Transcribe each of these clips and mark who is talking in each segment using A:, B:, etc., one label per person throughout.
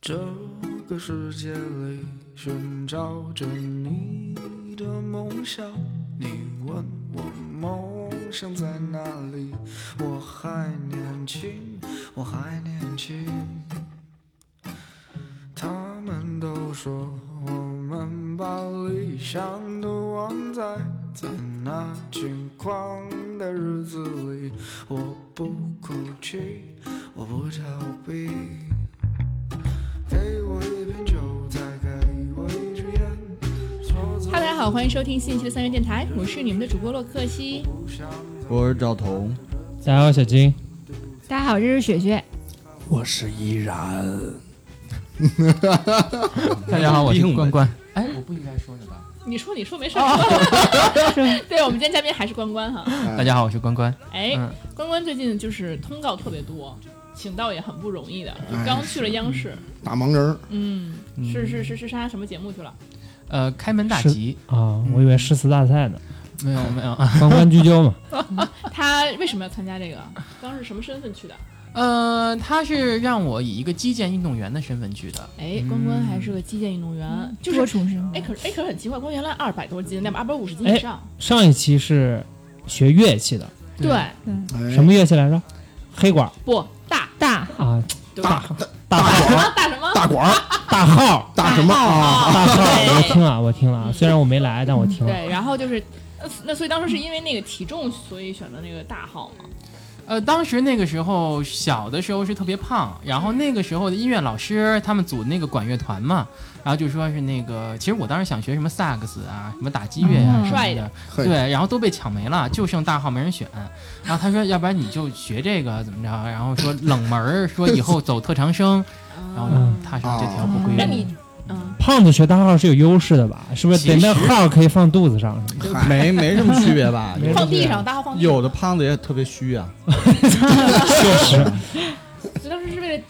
A: 这个世界里寻找着你的梦想，你问我梦想在哪里？我还年轻，我还年轻。他们都说我们把理想都忘在在那轻狂的日子里，我不哭泣，我不逃避。给我一瓶酒，再给我一支烟。
B: 哈喽，大家好，欢迎收听新一期的三元电台，我是你们的主播洛克西。
C: 我是赵彤，
D: 大家好，小金，
E: 大家好，这是雪雪。
F: 我是依然，
D: 大家好，我是关关。
B: 你说，你说，没事。 对我们今天嘉宾还是关关哈。
D: 大家好，我是关关。
B: 哎，
D: 嗯
B: 关关最近就是通告特别多，请到也很不容易的，
F: 哎
B: 刚去了央视，
F: 大忙人儿，
B: 嗯，是是是是参加什么节目去了？
D: 呃，开门大吉，
G: 啊，我以为诗词大赛 呢，
D: 没有没有，
G: 关关雎鸠嘛。
B: 他为什么要参加这个？当时什么身份去的？
D: 呃，他是让我以一个击剑运动员的身份去的，
B: 哎，关关还是个击剑运动员，就
E: 多
B: 是。
E: 重生
B: 哎，可是哎，可是很奇怪，关关原来二百多斤，两百二百五十斤
G: 哎
B: 以上，
G: 上一期是学乐器的，
D: 对
B: 对，
F: 哎
G: 什么乐器来着？黑管
B: 不大
E: 大
G: 啊，
B: 对
G: 大
B: 吧？
G: 大号
B: 啊大什么？
F: 大管儿
G: 大号
F: 大什么啊？
G: 大号，
B: 对
G: 我听了，我听
D: 嗯
G: 了，啊虽然我没来，但我听了。
B: 对，然后就是，呃那所以当时是因为那个体重，所以选择那个大号嘛。
D: 呃，当时那个时候小的时候是特别胖，然后那个时候的音乐老师他们组那个管乐团嘛，然后就说是那个，其实我当时想学什么萨克斯啊，什么打击乐呀、
E: 嗯
D: 什么的，
F: 嘿
D: 对，然后都被抢没了，就剩大号没人选。然后他说，要不然你就学这个怎么着？然后说冷门儿，说以后走特长生，然后
G: 嗯
D: 踏上这条不归路。
B: 那你，嗯，
G: 胖子学大号是有优势的吧？是不是？得那号可以放肚子上，是吗？
C: 没没什么区别吧？
G: 没
C: 有
G: 什
B: 放
G: 么
B: 地上，大号放地上。
C: 有的胖子也特别虚啊，
B: 所以当时是为了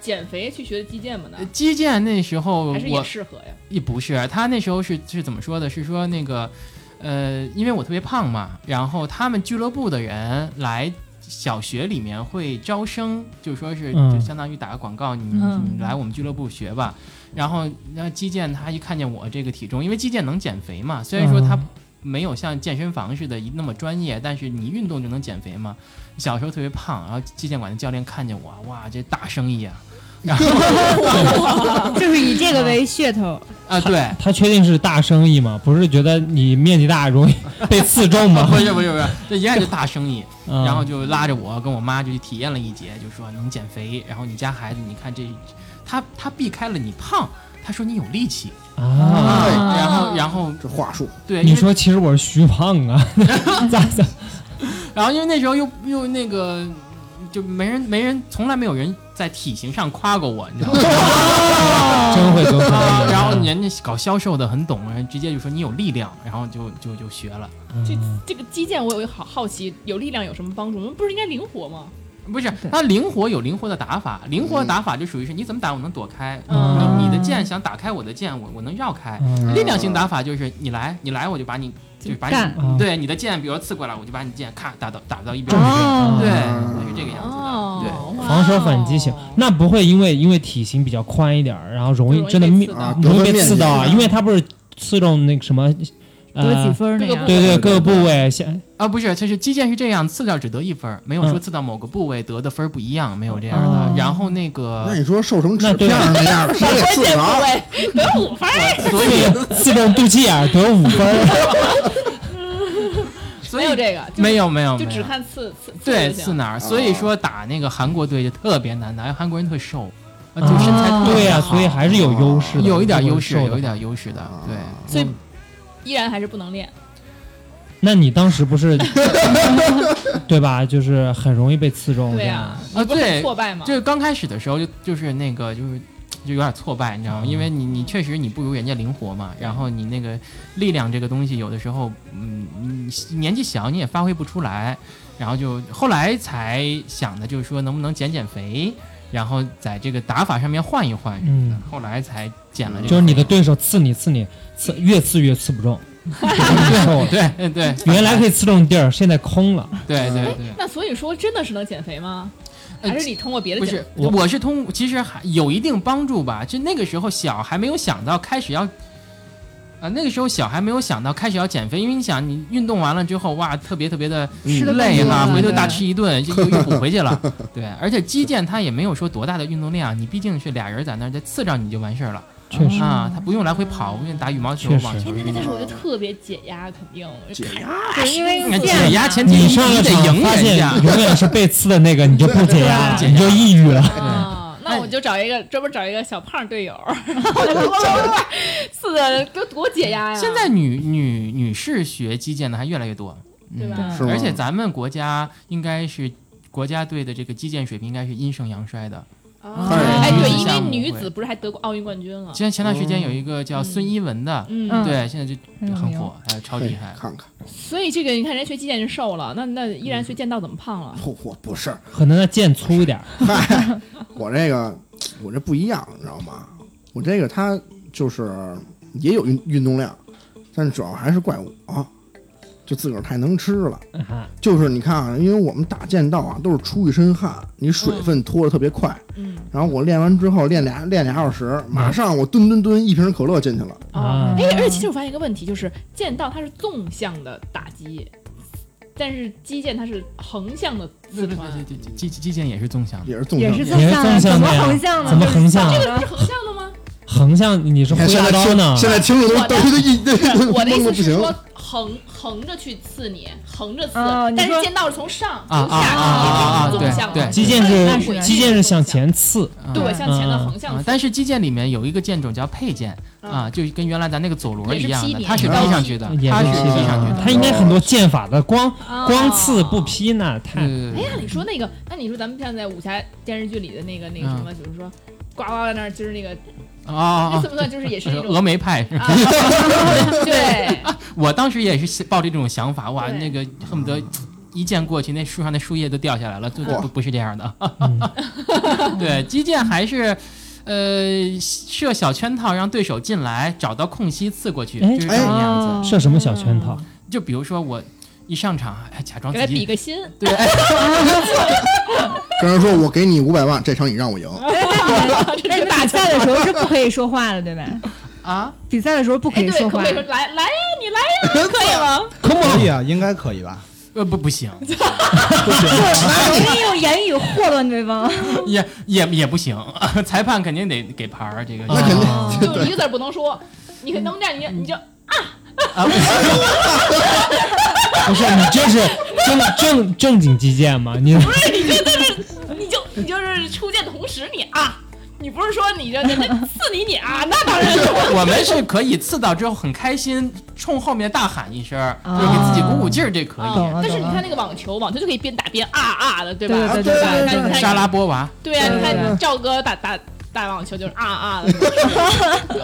B: 减肥去学的击剑嘛呢
D: 呃，击剑那时候
B: 还是也
D: 呃我
B: 适合呀？
D: 也不是，啊他那时候是是怎么说的？是说那个，呃，因为我特别胖嘛，然后他们俱乐部的人来小学里面会招生，就说是
G: 嗯
D: 就相当于打个广告，你
B: 嗯
D: 你来我们俱乐部学吧。然后那击剑他一看见我这个体重，因为击剑能减肥嘛，虽然说他
G: 嗯
D: 没有像健身房似的一那么专业，但是你运动就能减肥嘛。小时候特别胖，然后击剑馆的教练看见我，哇，这大生意啊！然后
E: 就是以这个为噱头，
D: 啊，对。
G: 他确定是大生意吗？不是觉得你面积大 容易被刺中
D: 啊，
G: 吗
D: 不？ 是不是不是，这一看就大生意，
G: 嗯
D: 然后就拉着我跟我妈就去体验了一节，就说能减肥，然后你家孩子你看这，他他避开了你胖，他说你有力气，
G: 啊，
B: 啊
D: 然后然后
F: 这话术，
D: 对，
G: 你
D: 因为
G: 说其实我是虚胖 啊， 咋咋？
D: 然后因为那时候又又那个就没人没人从来没有人在体型上夸过我，你知道吗？
G: 真会做生
D: 啊
G: 意。
D: 然后人家搞销售的很懂，人直接就说你有力量，然后就就就学了。
B: 这
G: 嗯
B: 这个击剑我有一个好好奇，有力量有什么帮助？我们不是应该灵活吗？
D: 不是，它灵活有灵活的打法，灵活的打法就属于是你怎么打我能躲开，
B: 嗯
D: 你你的剑想打开我的剑，我我能绕开。
G: 嗯
D: 力量型打法就是你来你来我就把你就是把
E: 干
B: 嗯
G: 嗯
D: 你对你的剑，比如说刺过来，我就把你剑咔打到打到一边去，
E: 哦
D: 对，
F: 嗯
D: 是这个样子的。对，
B: 哦，哇哦
G: 防守反击型，那不会因为因为体型比较宽一点儿，然后容易真的面
B: 就
F: 啊
G: 容易被
F: 得分
G: 刺到啊，
F: 面积
G: 因为它不是刺中那个什么，
E: 多几
G: 呃，
E: 分儿那
B: 这个
E: 样。
B: 不
G: 对对，
F: 对
G: 各个部位像
D: 啊不是，就是击剑是这样，刺掉只得一分儿，没有说
G: 嗯
D: 刺到某个部位得的分儿不一样，没有这样的
E: 哦。
D: 然后那
F: 那
D: 个
F: 你说瘦成纸
G: 那对
F: 片儿那样的，谁给
B: 关
F: 刺
B: 键
C: 啊
B: 部
F: 着？
B: 位得五分儿，
D: 所以
G: 对刺中肚脐眼儿得五分儿，
D: 所
B: 没
D: 以
B: 有这个，就是
D: 没有没有
B: 就
D: 没
B: 只
D: 有。
B: 看刺刺
D: 对，
B: 刺就
D: 刺
B: 行
D: 哪儿？所以
G: 哦
D: 说打那个韩国队就特别难打，因为韩国人特瘦，啊就身材特
G: 对
D: 别
G: 呀，
D: 好
G: 所以还是有优势的，
D: 有一点
G: 如果
D: 优势，
G: 瘦的啊
D: 有一点优势的。对，
B: 所以依然还是不能练。
G: 话。那你当时不是 对吧？就是很容易被刺中，
B: 对啊呀
G: 这样。，
B: 你不是很
D: 对
B: 挫败吗？
D: 就是刚开始的时候就就是那个就是。就有点挫败，你知道
G: 啊
D: 吗？因为你你确实你不如人家灵活嘛，然后你那个力量这个东西，有的时候，嗯，你年纪小你也发挥不出来，然后就后来才想的就是说能不能减减肥，然后在这个打法上面换一换，
G: 嗯，
D: 后来才减了这个肥。
G: 就是你的对手刺你刺你刺，越刺越刺不中，瘦了。
D: 对对 对，
G: 嗯哎原来可以刺中地儿，现在空了。
D: 对对
B: 那所以说真的是能减肥吗？
D: 对，
B: 还是你通过别的
D: 呃不
B: 角
D: 是
B: 度？，
D: 我我是通，其实还有一定帮助吧。就那个时候小还没有想到开始要，啊、呃那个时候小还没有想到开始要减肥，因为你想你运动完了之后，哇，特别特别的
G: 嗯
E: 吃的
D: 累哈，回头大
E: 吃。
D: 吃 一顿就又又补回去了。对，而且击剑它也没有说多大的运动量，你毕竟是俩人在那儿再刺着你就完事儿了
G: 确实，
D: 啊，他不用来回跑，不用打羽毛球
G: 嗯确、实
D: 网球
B: 天。天，但是我就特别解压，肯定
F: 解压
E: 对，因为
D: 那
E: 这样
D: 解
B: 啊
D: 压前提
G: 你
D: 你
G: 上了
D: 得
G: 场
D: 赢
G: 发
D: 人
G: 现
D: 家。
G: 永远是被刺的那个，你就不解压了，
D: 对啊
G: 你就抑郁了。
B: 啊。那我就找一个专门找一个小胖队 友，是的，给我多解压呀！
D: 现在女女女士学击剑的还越来越多，嗯
B: 对吧？
F: 是吗
D: 而且咱们国家应该是国家队的这个击剑水平应该是阴盛阳衰的。
B: 啊
F: 太
B: 哎，对，
D: 女子
B: 因为
D: 项目
B: 女
D: 会
B: 子不是还得过奥运冠军了？
D: 之前前段时间有一个叫孙一文的，
B: 嗯，
D: 对，现在就
E: 嗯
D: 很火，哎，超厉害。
F: 看看，
B: 所以这个你看人家学击剑就瘦了，那那依然学剑道怎么胖了？
F: 嚯嚯，不是，
G: 可能那剑粗一点儿，
F: 嗨，我这个我这不一样，你知道吗？我这个它就是也有运运动量，但是主要还是怪我，就自个儿太能吃了。
G: 嗯
F: 就是你看啊，因为我们打剑道啊都是出一身汗，你水分脱的特别快。
B: 嗯，
F: 然后我练完之后练俩练俩小时，
C: 嗯
F: 马上我吨吨吨一瓶可乐进去了。
B: 哦
G: 啊，
E: 嗯
B: 哎，而且其实我发现一个问题，就是剑道它是纵向的打击，但是击剑它是横向的
D: 对
B: 刺
D: 对
B: 穿。
D: 对对，击击剑也是纵向的。
F: 也是纵
E: 也
F: 向
E: 是
F: 的，
E: 纵向的，怎么横向的？
G: 怎么横向
E: 就
B: 这
G: 的
E: 是
B: 个
E: 这样
B: 不是横向的吗？
G: 横向你是
F: 你
G: 挥
F: 看现
G: 大
F: 在
G: 刀呢
F: 听，现在听着都都都一都都
B: 我的意
F: 懵的
B: 思
F: 不
B: 是
F: 行
B: 说，横横着去刺你，横着刺，
E: 哦你
B: 但是
E: 说
B: 剑道是从上
D: 啊
B: 从下
D: 啊啊啊啊
B: 一直是纵向的
D: 对对
G: 击剑
B: 那
G: 是
B: 是
G: 击剑是向前刺，
D: 啊
B: 对，向前的
G: 嗯
B: 横向
D: 啊
B: 刺。
D: 但是击剑里面有一个剑种叫佩剑啊，就跟原来咱那个左轮一样
B: 嗯也是劈
D: 的，
B: 你
D: 它是劈上去的，
G: 也
D: 它
G: 是
D: 是
B: 哦
D: 哦
G: 劈
D: 劈上去
G: 的
D: 的。。
G: 他应该很多剑法的，光
B: 啊
G: 光刺不劈那太
F: 嗯
D: 对
B: 哎呀，你说那个，那你说咱们像在武侠电视剧里的那个那个什么，比如说呱呱在那儿，就是那个，
D: 啊啊
B: 那
D: 啊
B: 算！不算就是也是一种
D: 峨眉派，
B: 啊？对，
D: 我当时也是抱着这种想法，哇，
B: 对
D: 那个恨不得一剑过去，那树上的树叶都掉下来了，就
F: 哇
D: 不不是这样的。
G: 嗯
D: 对，击剑还是。呃，设小圈套让对手进来，找到空隙刺过去，
G: 哎
D: 就是这个样子。
E: 哦
F: 哦
G: 设 什么小圈套？
D: 就比如说我一上场，哎，假装
B: 给
D: 自
B: 他比
D: 己
B: 个心，
D: 对，哎
F: 跟人说我给你五百万，这场你让我赢，
E: 那你们比赛的时候是不可以说话的，对吧？
D: 啊，
E: 比赛的时候不可
B: 哎，
E: 以
B: 对，可
E: 说
B: 不
E: 话
B: 可以。说来来呀，你来 呀，可以吗？
C: 可以啊，应该可以吧？
D: 呃，不不 行，
E: 容易用言语祸乱对方。
D: 也也也不行， 裁判肯定得给牌儿，啊这个
F: 那肯定
D: 哦
B: 就一个字儿不能说，你可能不能这样，你你就
D: 啊，不行
G: 不是你这是正正正经击剑吗？你
B: 不是哎你就在这，你就你就是出剑同时你啊，你不是说你这这这刺你你啊，那当 然是我
D: 我们是可以刺到之后很开心，冲后面大喊一声儿，就是给自己鼓鼓劲儿，这可以。
F: 哦
E: 懂了
B: 啊但是你看那个网球，网球就可以边打边啊啊的，对吧？
E: 对
B: 对
E: 对对
B: 吧
E: 对
B: 看你看
D: 莎拉波娃，
B: 对啊，
E: 对
B: 你
E: 对
B: 看
E: 对
B: 赵哥打打打网球就是啊啊的， 就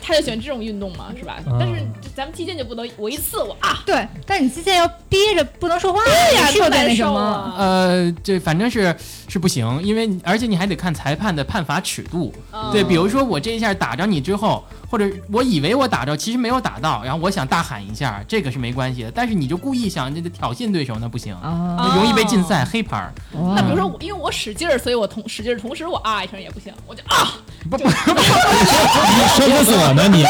B: 他就喜欢这种运动嘛，是吧？
G: 嗯
B: 但是咱们击剑就不能我一刺我啊，
E: 对，但你击剑要憋着，不能说话，对
B: 哎呀，
E: 是有
B: 多难
E: 点那什
B: 受
E: 么。
B: 啊！
D: 呃，这反正是是不行，因为你而且你还得看裁判的判罚尺度。
B: 嗯
D: 对，比如说我这一下打着你之后，或者我以为我打着，其实没有打到，然后我想大喊一下，这个是没关系的。但是你就故意想这个挑衅对手，那不行，
E: 啊，
D: 那容易被禁赛黑牌儿。
B: 那比如说我，因为我使劲儿，所以我同使劲儿，同时我啊一声也不行，我就啊，
D: 不不，
G: 你说不死我呢 你？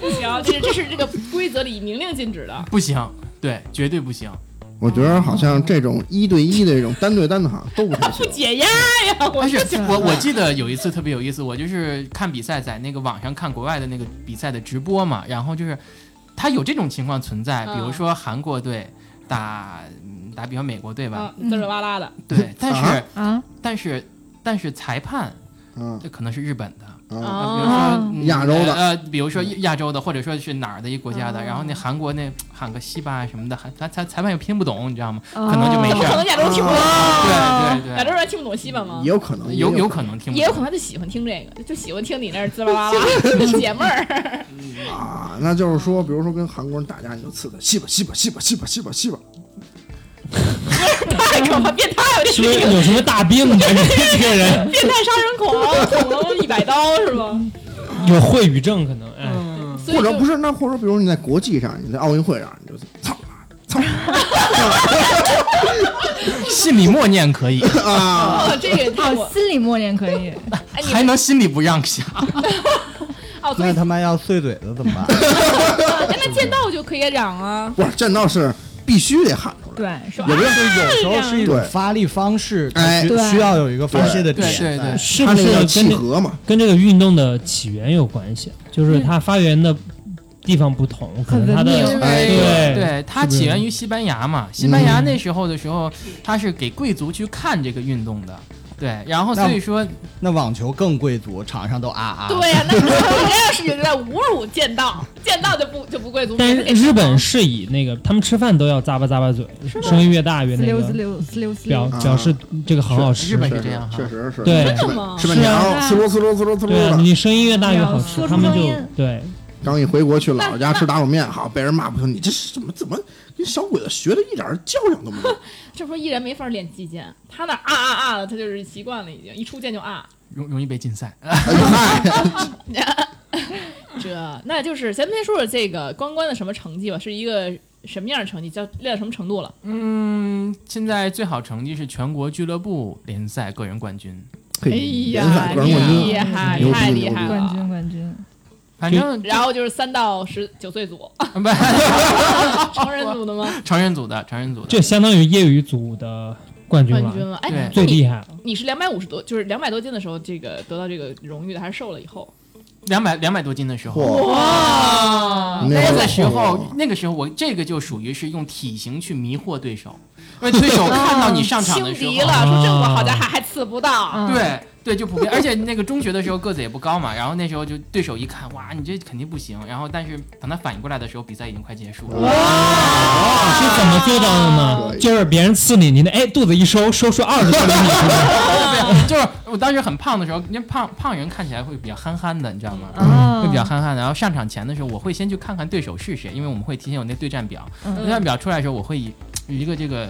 B: 不行，这是这是这个规则里明令禁止的。
D: 不行，对，绝对不行。
F: 我觉得好像这种一对一的这种单对单的，好像都不太行
B: 不。解压呀！我
D: 但是我我记得有一次特别有意思，我就是看比赛，在那个网上看国外的那个比赛的直播嘛，然后就是他有这种情况存在，比如说韩国队打嗯打比方美国队吧，
B: 啊，滋儿哇啦的，
D: 对，但是
E: 啊，
D: 但是但是裁判
F: 嗯
D: 这可能是日本的。
F: 嗯，
D: 啊，
B: 啊，
D: 比如说嗯
F: 亚洲的
D: 呃，呃比如说亚洲的，或者说是哪儿的一个国家的，然后那韩国那喊个西吧什么的，喊他裁裁判又听不懂，你知道吗？
E: 啊
D: 可能就没
B: 怎么
D: 事
B: 可
D: 儿
B: 能。亚洲人听不懂？
D: 对
B: 亚
D: 对
B: 洲人听不懂西班吗
F: 啊也？有可能，
D: 对，有有
F: 可
D: 可能听不
B: 也有
D: 懂
B: 可。能他就喜欢听这个，就喜欢听你那儿滋啦啦啦解闷儿。
F: 能啊。那就是说，比如说跟韩国人打架，你就刺他西吧西吧西吧西吧西吧西吧，
B: 太可怕，变态了！这
G: 是
B: 是
G: 不是
B: 一个
G: 有什么大病啊？你这个
D: 嗯
G: 人
B: 变态杀人狂，捅了一百刀是吗？
G: 有秽语症可能，
D: 哦
G: 哎，
B: 所以
F: 或者
B: 就
F: 不是那或者比如你在国际上，你在奥运会上，你就操。操！
D: 心里默念可以，
B: 哦，这个太
E: 哦，
B: 我
E: 心里默念可以。
B: 哎，你
D: 还
B: 们
D: 能心里不让 想。
B: 哦，所以
C: 那他妈要碎嘴子怎 么办？
B: 哎那剑道就可以嚷啊，
F: 不是，这倒是必须得喊出来。
E: 对，是吧？
C: 也不是，有时候是一种
F: 对
C: 发力方式，
F: 哎
C: 需
E: 对
C: 需要有一个发泄的点
D: 对对
C: 在。
D: 对，
G: 是
F: 它
G: 不
F: 那
G: 是
F: 个
G: 跟
F: 契
G: 这
F: 合嘛？
G: 跟这个运动的起源有关系？就是它发源的地方不同，可能它
E: 嗯很
G: 的哎
E: 文明哎
G: 对
D: 哎对，它起源于西班牙嘛，西班牙那时候的时候，它是给贵族去看这个运动的。对，然后所以说，
C: 那网球更贵族，场上都啊啊。
B: 对呀、那你这样是有点侮辱剑道，剑道就不就不贵族，
G: 但
B: 每次给
G: 日本是以那个他们吃饭都要咂巴咂巴嘴，声音越大越
E: 滋
G: 那
E: 溜滋
G: 个，
E: 溜滋溜滋
G: 表
E: 溜。
F: 啊
G: 表示这个很好
D: 日
G: 吃。
D: 本
F: 是
D: 是这样哈
F: 确实是。
G: 对
F: 吃
B: 真的
F: 板
B: 吗
F: 吃板娘，呲溜呲溜呲溜呲溜
G: 对啊，
F: 的。
G: 你声音越大越好
E: 说
G: 吃，
E: 出
G: 他们就
E: 声音
G: 对
F: 刚一回国去姥姥家吃打卤面，好被人骂不行，你这是怎么怎么跟小鬼子学的一点教养都没有？
B: 这不是艺人没法练击剑，他那啊啊啊的，他就是习惯了，已经一出剑就啊。
D: 容容易被禁赛。
B: 这 那就是咱们先说说这个关关的什么成绩吧，是一个什么样的成绩，叫练到什么程度了？
D: 嗯，现在最好成绩是全国俱乐部联赛个人冠军，
F: 嘿
B: 哎
F: 人
B: 呀
F: 反，个人冠
B: 厉
F: 军，
B: 害，
F: 牛逼
B: 太厉
F: 牛逼
B: 害
E: 冠
B: 了！
E: 军冠军，
D: 反正
B: 然后就是三到十九岁 组，
D: 不
B: 成人组的吗？
D: 成人组的成人组的，
G: 这相当于业余组的冠军
B: 冠
G: 了
B: 军，吗？
D: 对
B: 哎，
G: 最
B: 你
G: 厉
E: 啊
G: 害了。
B: 你是两百五十多，就是两百多斤的时候，这个得到这个荣誉的，还是瘦了以后？
D: 两百两百多斤的时候，
F: 嚯！
B: 哇
F: 那
D: 那
F: 会
D: 个
F: 儿
D: 时候
F: 嚯，
D: 那个时候我这个就属于是用体型去迷惑对手，因为对手看到你上场
B: 哦轻
D: 的时
B: 敌
D: 候
B: 了，，说这我好家伙还刺不到，
E: 啊，
D: 对对，就普遍，而且那个中学的时候个子也不高嘛，然后那时候就对手一看，哇，你这肯定不行。然后但是等他反应过来的时候，比赛已经快结束了。
G: 是怎么做到的
F: 可
G: 呢？
F: 以
G: 就是别人刺你，你那哎肚子一收，收出二十 多厘米出来。
D: 对，就是我当时很胖的时候，那胖胖人看起来会比较憨憨的，你知道吗？
E: 啊
D: 会比较憨憨的。然后上场前的时候，我会先去看看对手是谁，因为我们会提前有那对战表。
E: 嗯
D: 对战表出来的时候，我会以一个这个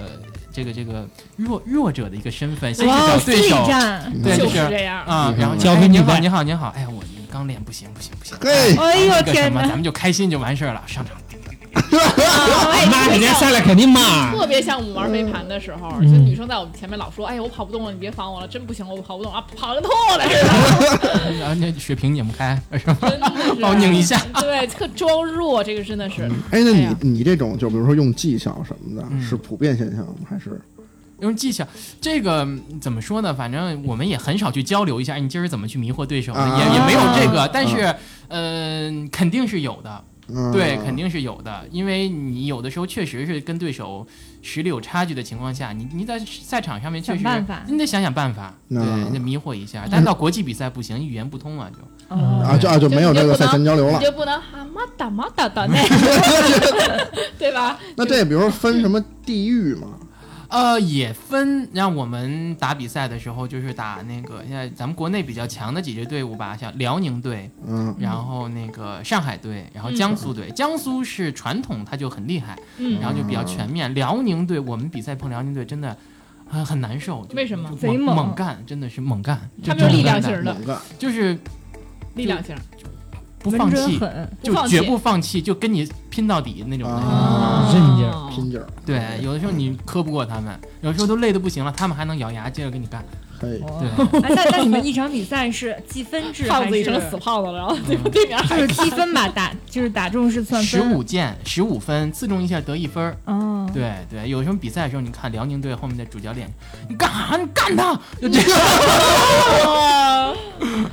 D: 这个这个弱弱者的一个身份先去
E: 哇，
D: 找
E: 心
D: 对
E: 理
D: 手。
E: 战，
D: 对，
B: 就是这样。
D: 啊，然后
G: 交
D: 哎
G: 给
D: 你
G: 你
D: 好，
G: 呗
D: 你好，你好，哎呀，我你刚练不行，不行，不行。
F: 嘿，
E: 哎呦
D: 那个什
E: 天
D: 么，咱
E: 哪！
D: 们就开心就完事儿了，上场。
B: 哎
G: 妈，人家下来肯定骂。
B: 特别像我们玩飞盘的时候，就
G: 嗯
B: 女生在我们前面老说：“哎呀，我跑不动了，你别防我了，真不行，我跑不动啊，跑跟吐了似的。
D: 然后那水平拧不开，是吧？”
B: 真 的是
D: 哦，拧一下。
B: 对，特装弱，这个真的是。
F: 哎，那
B: 哎
F: 你
B: 呀
F: 你这种就比如说用技巧什么的，
D: 嗯
F: 是普遍现象吗？还是
D: 用技巧，这个嗯怎么说呢？反正我们也很少去交流一下，哎你今儿怎么去迷惑对手的，
F: 啊
D: 也也没有这个。但是，嗯、肯定是有的，
F: 嗯
D: 对，肯定是有的。因为你有的时候确实是跟对手实力有差距的情况下，你你在赛场上面确实
E: 想办法
D: 你得想想办法，对，
F: 嗯
D: 你得迷惑一下。但到国际比赛不行，语言不通啊，就
F: 啊，就啊就没有这个赛前交流
B: 你
F: 了。
B: 就不能啊嘛哒嘛哒 哒那，对吧？
F: 那这比如说分什么地域嘛？
D: 呃，也分让我们打比赛的时候，就是打那个现在咱们国内比较强的几支队伍吧，像辽宁队，
F: 嗯，
D: 然后那个上海队，然
E: 嗯
D: 后江苏队。江苏是传统，它就很厉害，
B: 嗯
D: 然后就比较全面。辽宁队，我们比赛碰辽宁队真的。呃很难受，就
B: 为什么
D: 就
E: 贼
D: 猛
E: 猛
D: 干，真的是猛干。
B: 他们
D: 就是
B: 力量
D: 猛干
B: 型的
F: 猛干，
D: 的，就是
B: 力量型，
D: 不放
E: 文真
D: 弃，
E: 狠，
B: 不放
D: 就
B: 弃
D: 绝不放弃，就跟你拼到底那种的。
F: 啊
G: 韧劲儿
B: 哦
F: 拼劲儿，
D: 对，有的时候你磕不过他们，有时候都累得不行了，他们还能咬牙接着跟你干。
F: 嘿，
D: 对，
E: 哎那那你们一场比赛是积分 制
B: 胖
E: 还
B: 子已
E: 是
B: 成死胖子了，然后
D: 嗯
B: 对对面
E: 就是积分吧？打就是打中是算
D: 十
E: 分。
D: 五箭，十五分，刺中一下得一分儿。
E: 哦，
D: 对对，有什么比赛的时候，你看辽宁队后面的主教练，你干啥？你干他！就这个，
B: 啊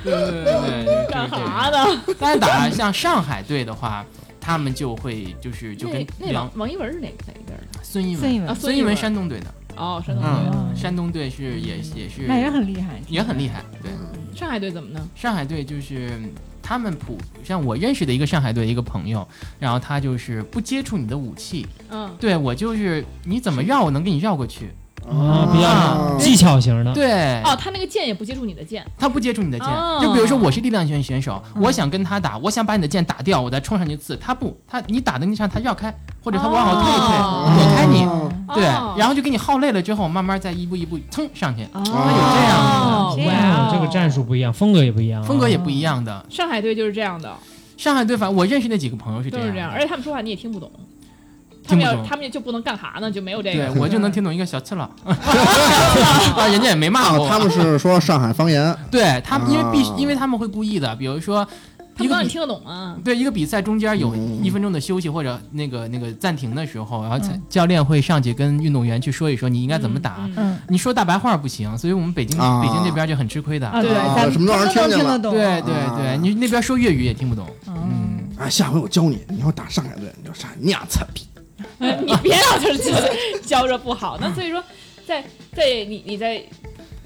D: 对对对对，
B: 干啥
D: 的？
B: 呢？
D: 但是打像上海队的话，他们就会就是就
B: 那
D: 跟
B: 那
D: 梁
B: 王王一文是哪哪一边儿的？
D: 孙一
E: 孙一
D: 文，
E: 文
B: 啊，
D: 孙
B: 一
D: 一文山东队的，
B: 哦，山东
F: 啊
B: 队，
D: 嗯，山东队是也也是
E: 那也很厉害，
D: 也很厉害，对。
B: 上海队怎么呢？
D: 上海队就是嗯他们普像我认识的一个上海队一个朋友，然后他就是不接触你的武器，
B: 嗯，
D: 对我就是你怎么绕我能给你绕过去，
G: 啊，比较技巧型的，
D: 对，
B: 哦，他那个剑也不接触你的剑，
D: 他不接触你的剑，
B: 哦
D: 就比如说我是力量型选手，我想跟他打，我想把你的剑打掉，我再冲上去刺，他不，他你打的那上他绕开，或者他往后退一退，
B: 哦
D: 躲开你，
B: 哦
D: 对，然后就给你耗累了之后，慢慢再一步一步蹭上去，
E: 哦，
F: 啊有
D: 这样
B: 哦
E: 这
B: 哇
E: 样
B: 哦
G: 嗯这个战术不一样，风格也不一样啊，
D: 风格也不一样的。
B: 上海队就是这样的，
D: 上海队反正我认识那几个朋友是这
B: 都
D: 样
B: 是
D: 的，
B: 这样，而且他们说话你也听不懂，他们
D: 听不
B: 要
D: 懂
B: 他们就不能干哈呢？就没有这
D: 对
B: 个。
D: 我就能听懂一个小次郎，
B: 哦
D: 啊，人家也没骂
F: 啊
D: 过，我。
F: 他们是说上海方言，
D: 对他们，因为必须
F: 啊，
D: 因为他们会故意的，比如说
B: 他
D: 一
B: 们
D: 个
B: 让你
D: 比
B: 听得懂啊吗？
D: 对一个比赛中间有
F: 嗯
D: 一分钟的休息或者那个那个暂停的时候，然后才教练会上去跟运动员去说一说你应该怎么打。
B: 嗯嗯嗯
E: 嗯
D: 你说大白话不行，所以我们北京、
F: 啊
D: 北京这边就很吃亏的。
E: 啊，
B: 对
E: 咱们
F: 什么都让人
E: 都
F: 听见
E: 听
F: 了
E: 得懂。
D: 对对对，
F: 啊
D: 你那边说粤语也听不懂。
E: 嗯，
F: 啊，下回我教你，你要打上海队，你就上海，你俩菜逼，
B: 你别老就是教着不好。那所以说，在在你你在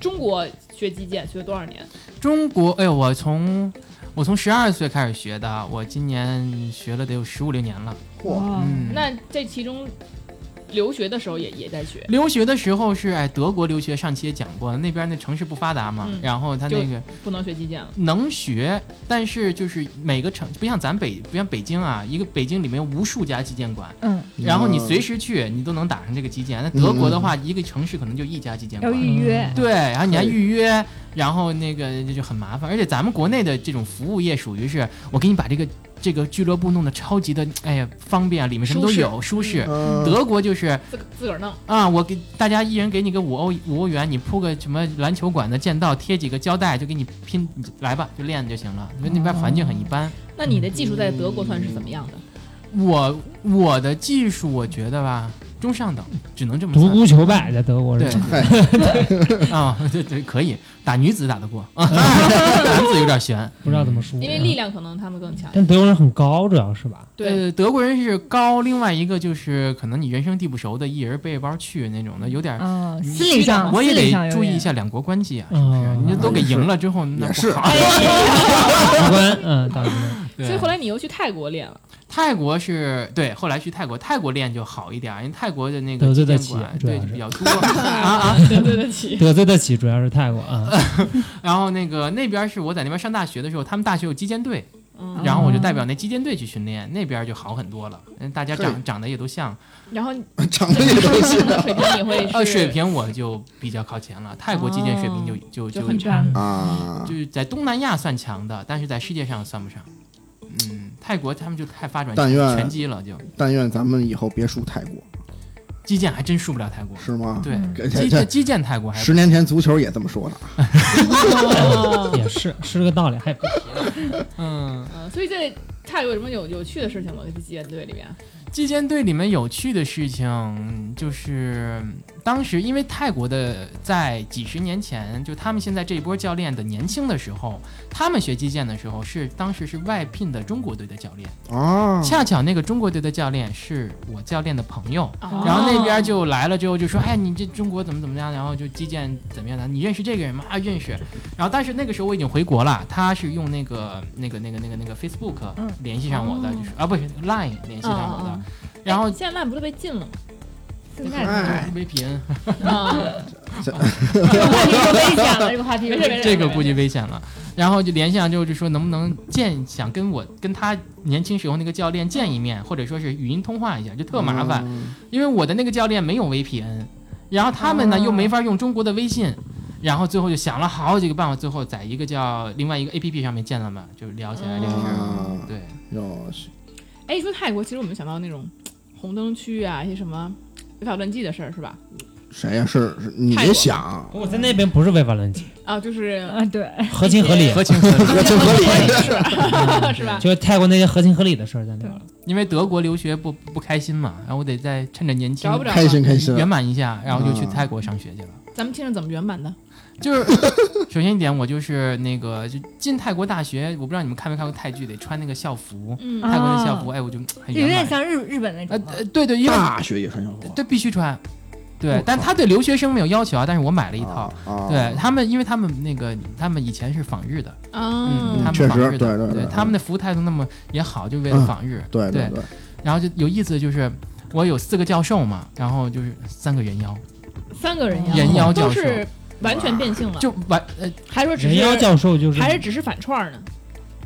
B: 中国学击剑学了多少年？
D: 中国，哎呦，我从我从十二岁开始学的，我今年学了得有十五六年了。
F: 嚯，
E: 哇，
D: 嗯，
B: 哦那这其中留学的时候也也在学，
D: 留学的时候是哎，德国留学上期也讲过，那边那城市不发达嘛，
B: 嗯
D: 然后他
B: 就
D: 那个
B: 不能学击剑了。
D: 能学，但是就是每个城不像咱北不像北京啊，一个北京里面有无数家击剑馆，
E: 嗯，
D: 然后你随时去你都能打上这个击剑。那德国的话，一个城市可能就一家击剑
E: 要
D: 馆，
E: 预约。
D: 对，然后你还预约，然后那个就很麻烦。而且咱们国内的这种服务业属于是我给你把这个这个俱乐部弄得超级的哎呀方便啊，里面什么都有，舒适。
F: 嗯
D: 德国就是
B: 自个自个儿弄，
D: 啊，我给大家一人给你个五欧五欧元，你铺个什么篮球馆的剑道，贴几个胶带，就给你拼你来吧，就练就行了。因为那边环境很一般。
B: 那你的技术在德国算是怎么样的？
D: 我我的技术我觉得吧，中上等，只能这么
G: 独
D: 算。
G: 孤求败在德国
D: 对
G: 是吧？
D: 啊，对对，可以打女子打得过，啊男子有点悬。
G: 不知道怎么输。嗯
B: 因为力量可能他们更强。
G: 但德国人很高，主要是吧？
B: 对，
D: 呃，德国人是高，另外一个就是可能你人生地不熟的，一人背着包去那种的，有点。
E: 啊，心理上
D: 嗯我也
E: 心理上
D: 得
E: 有
D: 注意
E: 点
D: 一下两国关系啊，是不是？
G: 嗯
D: 你这都给赢了之后，那
F: 也
D: 不
F: 是
D: 好。
G: 法官，嗯，大法官，
D: 对
B: 哎所以后来你又去泰国练了，
D: 泰国是对，后来去泰国，泰国练就好一点，因为泰国的那个
G: 得罪得
D: 纪念
G: 起
D: 馆
G: 主要
D: 对就是比较多 啊啊。
B: 对对得起。
G: 得罪得起，主要是泰国啊。
D: 然后那个那边是我在那边上大学的时候，他们大学有击剑队，
B: 嗯，
D: 然后我就代表那击剑队去训练，那边就好很多了，嗯，大家
F: 嘿
D: 长长得也都像，
B: 然后你
F: 长得也都行
B: 的水平也会
D: 呃，
B: 是
D: 水平我就比较靠前了，泰国击剑水平就就
B: 哦就
D: 就
B: 很差。
F: 啊
D: 就，是在东南亚算强的，但是在世界上算不上。嗯，泰国他们就太发展
F: 但愿
D: 拳击了，就
F: 但愿咱们以后别输泰国，
D: 击剑还真输不了泰国。
F: 是吗？
D: 对，
F: 这
D: 击
F: 这
D: 击剑泰国还
F: 十年前足球也这么说的，
B: 哦
G: 也是是这个道理，还不
D: 嗯，
B: 嗯，所以在泰国有什么有有趣的事情吗？在击剑队里面，
D: 击剑队里面有趣的事情就是，当时因为泰国的在几十年前，就他们现在这一波教练的年轻的时候，他们学击剑的时候是当时是外聘的中国队的教练，
F: 啊，
D: 恰巧那个中国队的教练是我教练的朋友，
B: 哦
D: 然后那边就来了之后就说，哎，你这中国怎么怎么样，然后就击剑怎么样的，你认识这个人吗？啊，认识。然后但是那个时候我已经回国了，他是用那个那个那个那个那个 Facebook
E: 嗯
D: 联系上我的，
B: 哦
D: 就是啊不是 Line 联系上我的，
B: 嗯
D: 然后
B: 哎现在烂不都被禁了吗？
F: 哎，
D: VPN
B: 啊，
E: 这个话题就危险了，这个话题就危
B: 没
E: 险
B: 事
E: 了
D: 这个估计危险了。然后就联系上之后就说能不能见，想跟我跟他年轻时候那个教练见一面，或者说是语音通话一下，就特麻烦。因为我的那个教练没有 VPN，然后他们呢、
E: 哦
D: 又没法用中国的微信，然后最后就想了好几个办法，最后在一个叫另外一个 APP 上面见了嘛，就是聊起来这个事儿。
F: 啊，
D: 对，
F: 哟，
B: 哎，一说泰国，其实我们想到那种红灯区啊，一些什么违法乱纪的事儿是吧？
F: 谁呀？是是你
B: 泰国
F: 想
G: 我在那边不是违法乱纪，
B: 啊，就是
E: 啊，对，
D: 哎
G: 合情合理，
D: 合情合理。
F: 合情合理，
B: 是吧？
G: 就是泰国那些合情合理的事儿在那边。
D: 因为德国留学不不开心嘛，然后我得再趁着年轻
B: 找不着
F: 开心开心，
D: 圆满一下，然后就去
F: 嗯
D: 泰国上学去了。
B: 咱们听着怎么圆满的？
D: 就是首先一点，我就是那个就进泰国大学，我不知道你们看没看过泰剧，得穿那个校服，
B: 嗯
D: 泰国的
E: 啊
D: 校服，哎，我就很
E: 有
D: 圆
E: 点
D: 满。
E: 像日日本那
D: 呃
E: 种。
D: 呃，对对，因为
F: 大学也穿校服，
D: 对必须穿，
F: 我
D: 对
F: 靠，
D: 但他对留学生没有要求啊，但是我买了一套。
F: 啊，
D: 对他们，因为他们那个，他们以前是访日的，嗯，
B: 啊
D: 他，
F: 确
D: 们
F: 实
D: 访日的，
F: 对对
D: 对
F: 对嗯
D: 他们的服务态度那么也好，就为了访日。
F: 对
D: 对
F: 对，
D: 然后就有意思，就是我有四个教授嘛，然后就是三个人妖，
B: 三个人妖，
D: 人妖教
B: 都
D: 授
B: 是完全变性了，
D: 就完呃
B: 还说只
G: 人妖
B: 是
G: 教授就是
B: 还是只是反串儿呢？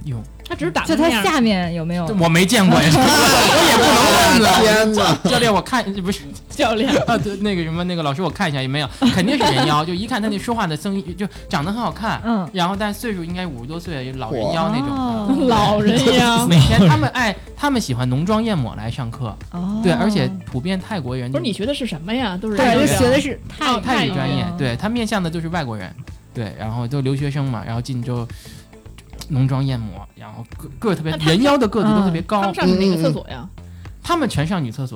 D: 用，
B: 他只是打
E: 就
B: 成那
E: 它
B: 样
E: 下面有没有
D: 呃这？我没见过呀， 我也不能问了。
F: 天哪！
D: 教练，我看不是
B: 教练，
D: 啊，对那个什么那个老师，我看一下也没有，肯定是人妖，就一看他那说话的声音，就长得很好看，
E: 嗯，
D: 然后但岁数应该五十多岁，老人妖那种
E: 哦
D: 的。
B: 老人 呀，
D: 每天他们哎，他们喜欢浓妆艳抹来上课，
E: 哦，
D: 对，而且普遍泰国人
B: 不是你学的是什么呀？都是
E: 对，就
B: 人
D: 语啊
E: 学的是泰
B: 哦
D: 泰
B: 泰
D: 语专业
E: 哦，
D: 对他面向的就是外国人，对，然后都留学生嘛，然后进就浓妆艳抹，然后个个儿特别
B: 那他嗯
D: 人妖的个子都特别
B: 他
D: 高
B: 们，上的哪个厕所呀？
D: 他们全上女厕所，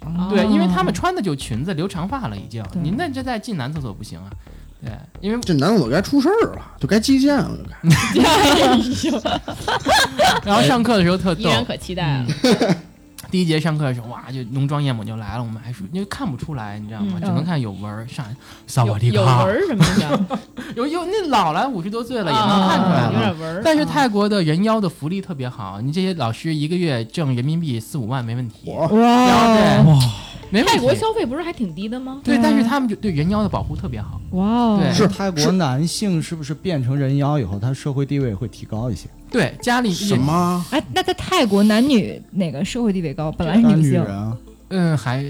B: 哦
D: 对，因为他们穿的就裙子，留长发了已经，
E: 对
D: 您那这再进男厕所不行啊，对，因为
F: 这男厕所该出事儿了，就该击剑了，就该。
D: 嗯然后上课的时候特
B: 依
D: 逗，嗯
B: 然可期待啊！
D: 第一节上课的时候，哇，就浓妆艳抹就来了，我们还说因为看不出来，你知道吗？
B: 嗯
D: 只能看有纹儿，上来萨
B: 有
D: 瓦迪
B: 有
D: 卡
B: 纹，儿什么 的，
D: 有有那老了五十多岁了也能看出来
B: 啊，有
D: 了。
B: 点纹儿。
D: 但是泰国的人妖的福利特别好，你这些老师一个月挣人民币四五万没问题，
F: 我
D: 然后
E: 哇
D: 对，
G: 哇，
D: 没问题。
B: 泰国消费不是还挺低的吗？
D: 对，
E: 对
D: 但是他们就对人妖的保护特别好。
E: 哇哦，
D: 对
C: 是泰国男性是不是变成人妖以后，他社会地位会提高一些？
D: 对，家里
F: 什？么？
E: 哎，那在泰国男女哪个社会地位高？本来是
C: 当然
E: 女
C: 女
E: 性，
C: 人啊，
D: 嗯，还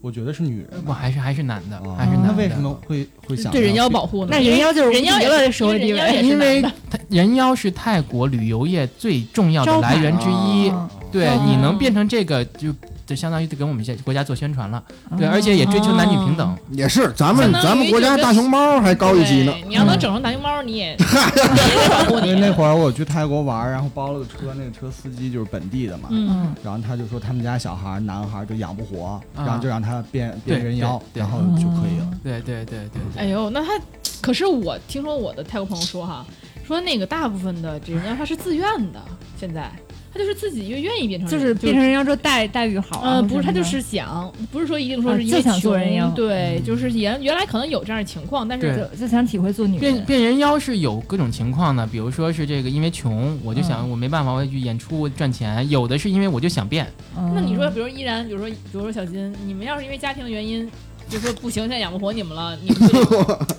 C: 我觉得是女人
D: 我
C: 啊。
D: 还是还是男的，
C: 啊
D: 还是男
C: 那
D: 的。
C: 为什么会会想
B: 对人妖
C: 要去
B: 保护呢？
E: 那人妖就是无
B: 人妖
E: 敌
B: 也
E: 了
B: 是
E: 的社会地
B: 因为人妖也
E: 位。
B: 是
D: 因为
B: 男的
D: 它人妖是泰国旅游业最重要的
E: 招牌
D: 来源之一，
E: 哦
D: 对
B: 哦，
D: 你能变成这个就。就相当于给我们家国家做宣传了，
E: 啊
D: 对，而
E: 嗯
D: 且也追求男女平
B: 啊
D: 等。
F: 也是，咱们
B: 相当于
F: 咱们国家
B: 就是
F: 大熊猫还高一级呢
B: 对。你要能整成大熊猫，你 也 你也得保护
C: 因为
B: 你
C: 那。会儿我去泰国玩，然后包了个车，那个车司机就是本地的嘛，
B: 嗯，
E: 嗯，
C: 然后他就说他们家小孩儿男孩儿就养不活，
D: 啊
C: 然后就让他变
D: 对
C: 变人妖，
D: 对对
C: 然后就可以了。
D: 对对对对
B: 哎呦，那他可是我听说我的泰国朋友说哈，说那个大部分的这人妖他是自愿的，现在他就是自己越愿意变成
E: 就
B: 人
E: 是变成人妖之后待待遇好啊。
B: 嗯呃，不
E: 或
B: 是，
E: 者
B: 他就
E: 什么
B: 是想，不是说一定说
E: 啊
B: 是因
E: 就
B: 为
E: 想做
B: 穷
E: 人嗯妖
B: 对，就是原原来可能有这样的情况，但
D: 对
B: 是
E: 的就就想体会做女
D: 变
E: 人。
D: 变人妖是有各种情况的，比如说是这个因为穷，我就
E: 嗯
D: 想我没办法，我要去演出赚钱；有的是因为我就想变，
E: 嗯
B: 那你说，比如依然，比如说，比如说小金，你们要是因为家庭的原因，就说不行，现在养不活你们了，你们就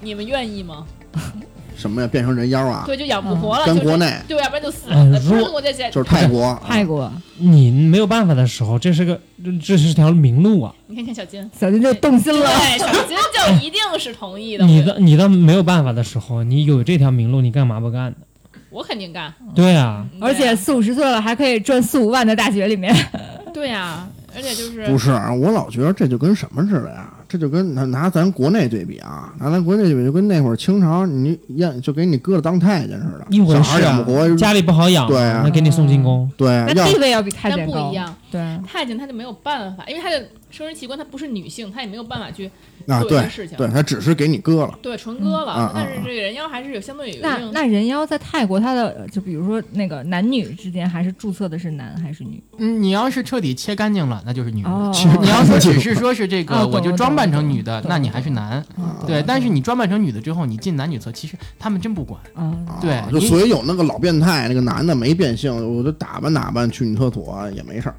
B: 你们愿意吗？
F: 什么呀？变成人妖啊？
B: 对，就养
E: 嗯
B: 不活了，
F: 跟
B: 就是
F: 国内
B: 对，要不然就死
G: 哎
B: 了，
G: 如
B: 不
G: 果
B: 是我在家
F: 就是泰国，
E: 泰国
G: 你没有办法的时候，这是个这这是条明路啊！
B: 你看看小金，
E: 小金就动心了。
B: 对，小金就一定是同意的，我
G: 你
B: 觉得
G: 的你的没有办法的时候，你有这条明路，你干嘛不干呢？
B: 我肯定干，
G: 对啊，
B: 对
E: 嗯而且四五十岁了还可以赚四五万，在大学里面，
B: 对呀，而且就是
F: 不是，我老觉得这就跟什么似的呀？这就跟拿拿咱国内对比啊，拿咱国内对比，就跟那会儿清朝你验就给你搁了当太监似的，
G: 一回
F: 小孩
G: 事
F: 养不活，
G: 啊，家里不好养，
F: 对啊
G: 那给你送进宫，
F: 对，
E: 那
F: 要
E: 地位要比太
B: 但
E: 监
B: 不
E: 高。
B: 一，样。
E: 对，
B: 太监他就没有办法，因为他的生殖器官他不是女性，他也没有办法去
F: 啊
B: 做这
F: 对
B: 个事情。
F: 对，他只是给你搁了，
B: 对纯哥了，
F: 嗯啊
B: 但是
F: 啊啊
B: 这个人妖还是有相对有一
E: 那
B: 定
E: 那人妖在泰国，他的就比如说那个男女之间，还是注册的是男还是女？
D: 嗯，你要是彻底切干净了，那就是女的。
E: 哦，
D: 你要 说只是说是这
E: 啊
D: 个，
E: 懂
D: 我就
E: 了
D: 装扮成女
E: 懂
D: 的
E: 了，懂
D: 那
E: 了
D: 你还是男。
F: 啊
D: 对，但是你装扮成女的之后，你进男女厕，其实他们真不管。
E: 啊，
F: 啊
D: 对
F: 就
D: 你
F: 所以有那个老变态，那个男的没变性，我就打扮打扮去女厕所也没事儿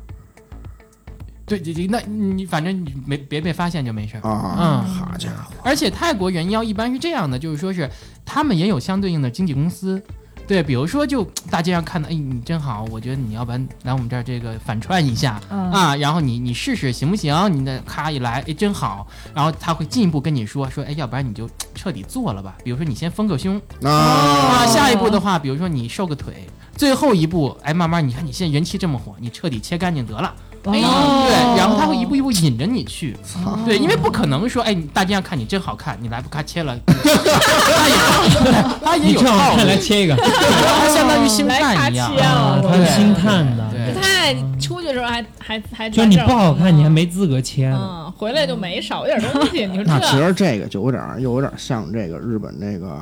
D: 对，这这那你反正你没别被发现就没
E: 哦
D: 事儿。
F: 啊，
D: 嗯，
F: 好家伙，
D: 而且泰国人妖一般是这样的，就是说是他们也有相对应的经纪公司。对，比如说就大街上看到，哎，你真好，我觉得你要不然来我们这儿这个反串一下
E: 嗯
D: 啊，然后你你试试行不行？你那咔一来，哎，真好，然后他会进一步跟你说说，哎，要不然你就彻底做了吧，比如说你先丰个胸，啊，
F: 啊，
D: 下一步的话，比如说你瘦个腿，最后一步，哎，慢慢你看你现在人气这么火，你彻底切干净得了。哎，
E: 哦
D: 对，然后他会一步一步引着你去，
F: 操
D: 对，因为不可能说，哎，你大街上看你真好看，你来不咔切了， 他也他也
G: 你
D: 嗯有
G: 正好
D: 套
G: 看来
D: 路，
G: 切一个，
D: 他相当于星
B: 来卡
D: 探一
B: 切
D: 样。
B: 了
G: 啊，
B: 我觉
G: 他是
B: 得
G: 星探的，
D: 对
B: 太出去的时候还还还
G: 就是你不好看，你还没资格切呢。
B: 嗯，回来就没少有点东西，你说
F: 那其
B: 这
F: 实这个就有点儿又有点儿像这个日本那个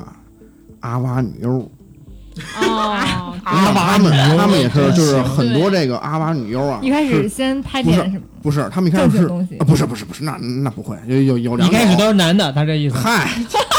F: 阿哇女优。
B: 哦，
F: 阿娃们，他们也是，就是很多这个阿娃女优啊
E: 一，开始
F: 是
E: 先拍
F: 不是
E: 点什么
F: 不是他们一开
E: 正
F: 始
E: 经
F: 是
E: 东西
F: 啊，，不是不是不是，那那不会，有有有
G: 一
F: 两
G: 开始
F: 种
G: 都是男的，他这意思。
F: 嗨，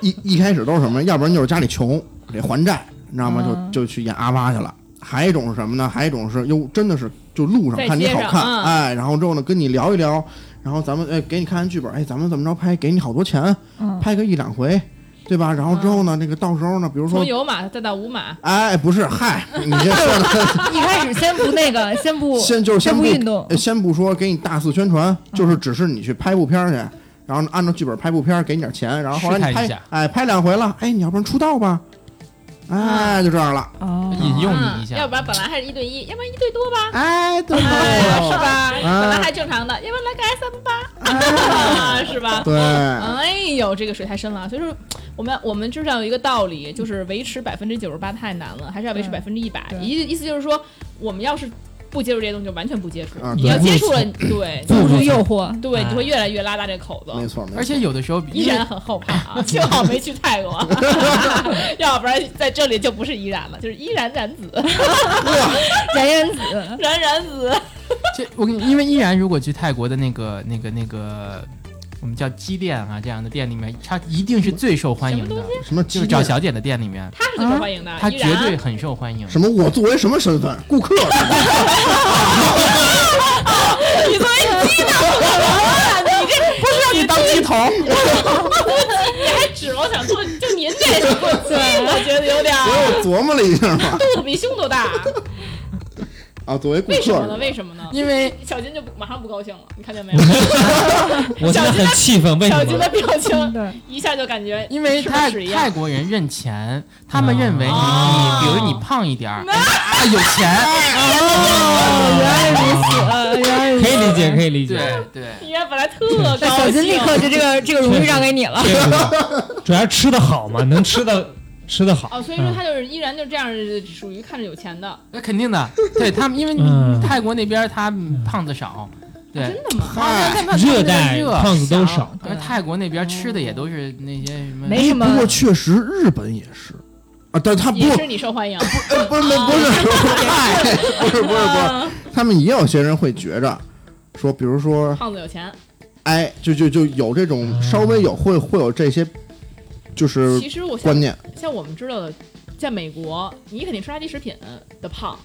F: 一一一开始都是什么？要不然就是家里穷得还债，你知道吗？
E: 嗯
F: 就就去演阿娃去了。还有一种是什么呢？还有一种是哟，真的是就路上
B: 在
F: 看你
B: 街
F: 好
B: 上
F: 看，
B: 嗯
F: 哎，然后之后呢跟你聊一聊，然后咱们哎给你看看剧本，哎，咱们怎么着拍，给你好多钱，
E: 嗯，
F: 拍个一两回，对吧？然后之后呢，那个到时候呢，比如说
B: 从，嗯有码再到无码，
F: 哎，不是，嗨，你这说的，
E: 一开始先不那 个，先不
F: 先就是
E: 先
F: 不
E: 不运动
F: 呃，先不说给你大肆宣传，
B: 嗯
F: 就是只是你去拍部片儿去，然后按照剧本拍部片儿，给你点钱，然后后来
D: 试探
F: 你
D: 一
F: 拍
D: 下，
F: 哎，拍两回了，哎，你要不然出道吧，哎，就这样了，
E: 哦，
D: 引诱你一
B: 嗯，
D: 下，
B: 要不然本来还是一对一，要不然一对多吧，
F: 哎，对
B: 哎，是吧？
F: 啊
B: 本来还正常的，要不然来个 S M
F: 啊
B: 八，是吧？
F: 对，
B: 哎呦，这个水太深了。所以说，我们我们知道有一个道理，就是维持百分之九十八太难了，还是要维持百
E: 对
B: 分之一百
E: 对。
B: 意意思就是说，我们要是不接触这些东西，就完全不接触。
F: 啊
B: 你
F: 对
B: 要接触了，对
E: 不住诱惑，
B: 对，
D: 哎
B: 你会越来越拉大这个口
F: 没
B: 子。
F: 错，没错
D: 而且有的时候
B: 依
D: 因为
B: 然很后怕 啊，幸好没去泰国， 要不然在这里就不是依然了，就是依然然子，
E: 燃烟子，
B: 然然子。
D: 这我跟你，因为依然如果去泰国的那个那个那个，我们叫鸡店啊这样的店里面，它一定是最受欢迎
B: 什么啊
D: 的，
F: 什么
D: 就
F: 鸡
D: 是找
F: 蛋，
D: 小姐的店里面，
B: 他是最受欢迎的，
D: 它
B: 依
D: 啊绝
B: 然
D: 对很受欢迎。
F: 什么我作为什么身份，顾客是吧
B: 你作为鸡呢？你这不是你当鸡头？你还指望想做？就您这是做鸡，我觉得有点
F: 所以
B: 儿
F: 我琢磨了一下嘛，
B: 肚子比胸都 大。
F: 啊，作为顾
B: 为
F: 客
B: 什
F: 是
B: 么呢？
F: 吧，
B: 为什么呢？
D: 因为
B: 小金就不马上不高兴了，你看见没有？
G: 我现在很气愤，为
B: 小
G: 什
B: 金
G: 么
B: 的？表情
E: 对，
B: 一下就感觉
D: 因为
B: 是不是
D: 泰
B: 屎一
D: 泰
B: 样。
D: 国人认钱，他们认为你
G: 啊
B: 哦
D: 你，比如你胖一点儿，啊有钱，
E: 原来如此，呃原来如此，
G: 可以理解，可以理解。
D: 对对，
B: 你看本来特高兴，
E: 那小金立刻就这个这个荣誉让给你了，
G: 这个主要是吃的好嘛，能吃的吃的好。嗯
B: 哦，所以说他就是依然就这样，属于看着有钱的，
D: 那肯定的，对他们因为
G: 嗯
D: 泰国那边他胖子少，对。
B: 真的吗？
F: 嗨，
D: 他们
G: 啊热带
D: 热
G: 胖子都少，
D: 而泰国那边吃的也都是那些什么，
E: 没什么
F: 不过确实日本也是。啊，但他不
B: 也是你受欢迎，
F: 呃不是不是不是，嗨，不是不是不是，他们也有些人会觉着，说比如说，
B: 胖子有钱。
F: 哎，就就就有这种稍微有会会有这些，就是
B: 其实我想
F: 观念，
B: 像我们知道的，在美国，你肯定吃垃圾食品的胖，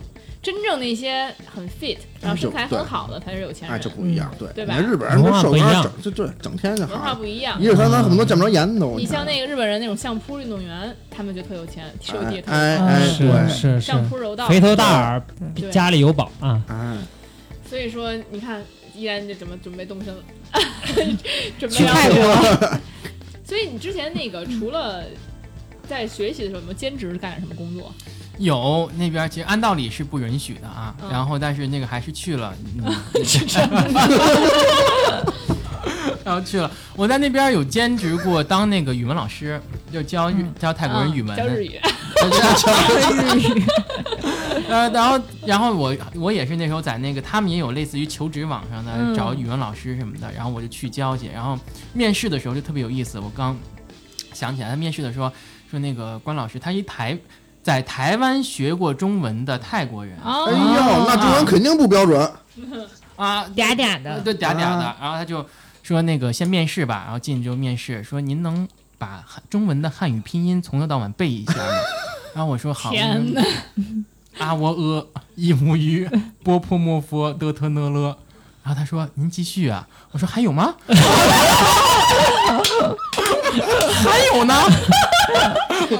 B: 真正那些很 fit，然后身材很好的才是有钱
F: 哎，
B: 人
F: 这。不一样，对，
B: 对
F: 你
B: 吧
F: 看日本人都手
G: 文化不一
F: 上
G: 样
F: 整，就对，整天就
B: 文化
F: 好，
B: 不一样
F: 一。日三餐很多见不着盐都。
B: 你像那个日本人那种相扑运动员，他们就特有钱，体育也特有
F: 哎
B: 钱，
F: 哎
G: 是
F: 对，
G: 是是，
B: 相扑柔道。
G: 肥头大耳，
B: 对
G: 家里有宝啊。
F: 哎，
B: 所以说，你看，依然就怎么准备动 身了，准备
E: 去泰
B: 要。
E: 国，
B: 所以你之前那个除了在学习的时候，有没有兼职干点什么工作？
D: 有那边其实按道理是不允许的啊，
B: 嗯
D: 然后但是那个还是去了， 嗯然后去了。我在那边有兼职过，当那个语文老师，就教日教泰国人语文
B: 嗯啊教
D: 的，
B: 日语，
D: 呃，然后然后我我也是那时候在那个他们也有类似于求职网上的
B: 嗯
D: 找语文老师什么的，然后我就去交去，然后面试的时候就特别有意思，我刚想起来，他面试的时候说那个关老师他一台在台湾学过中文的泰国人
B: 哦
D: 啊
F: 哎呦，那中文肯定不标准，
E: 嗲嗲
D: 呃
E: 的，
D: 对，嗲嗲的。
F: 啊
D: 然后他就说那个先面试吧，然后进去就面试，说您能把汉中文的汉语拼音从头到尾背一下吗？ 然后我说好。
B: 天哪
D: 哪！啊喔呃，一母鱼，波泼莫佛的特呢了。然后他说您继续啊，我说还有吗？ 还有呢？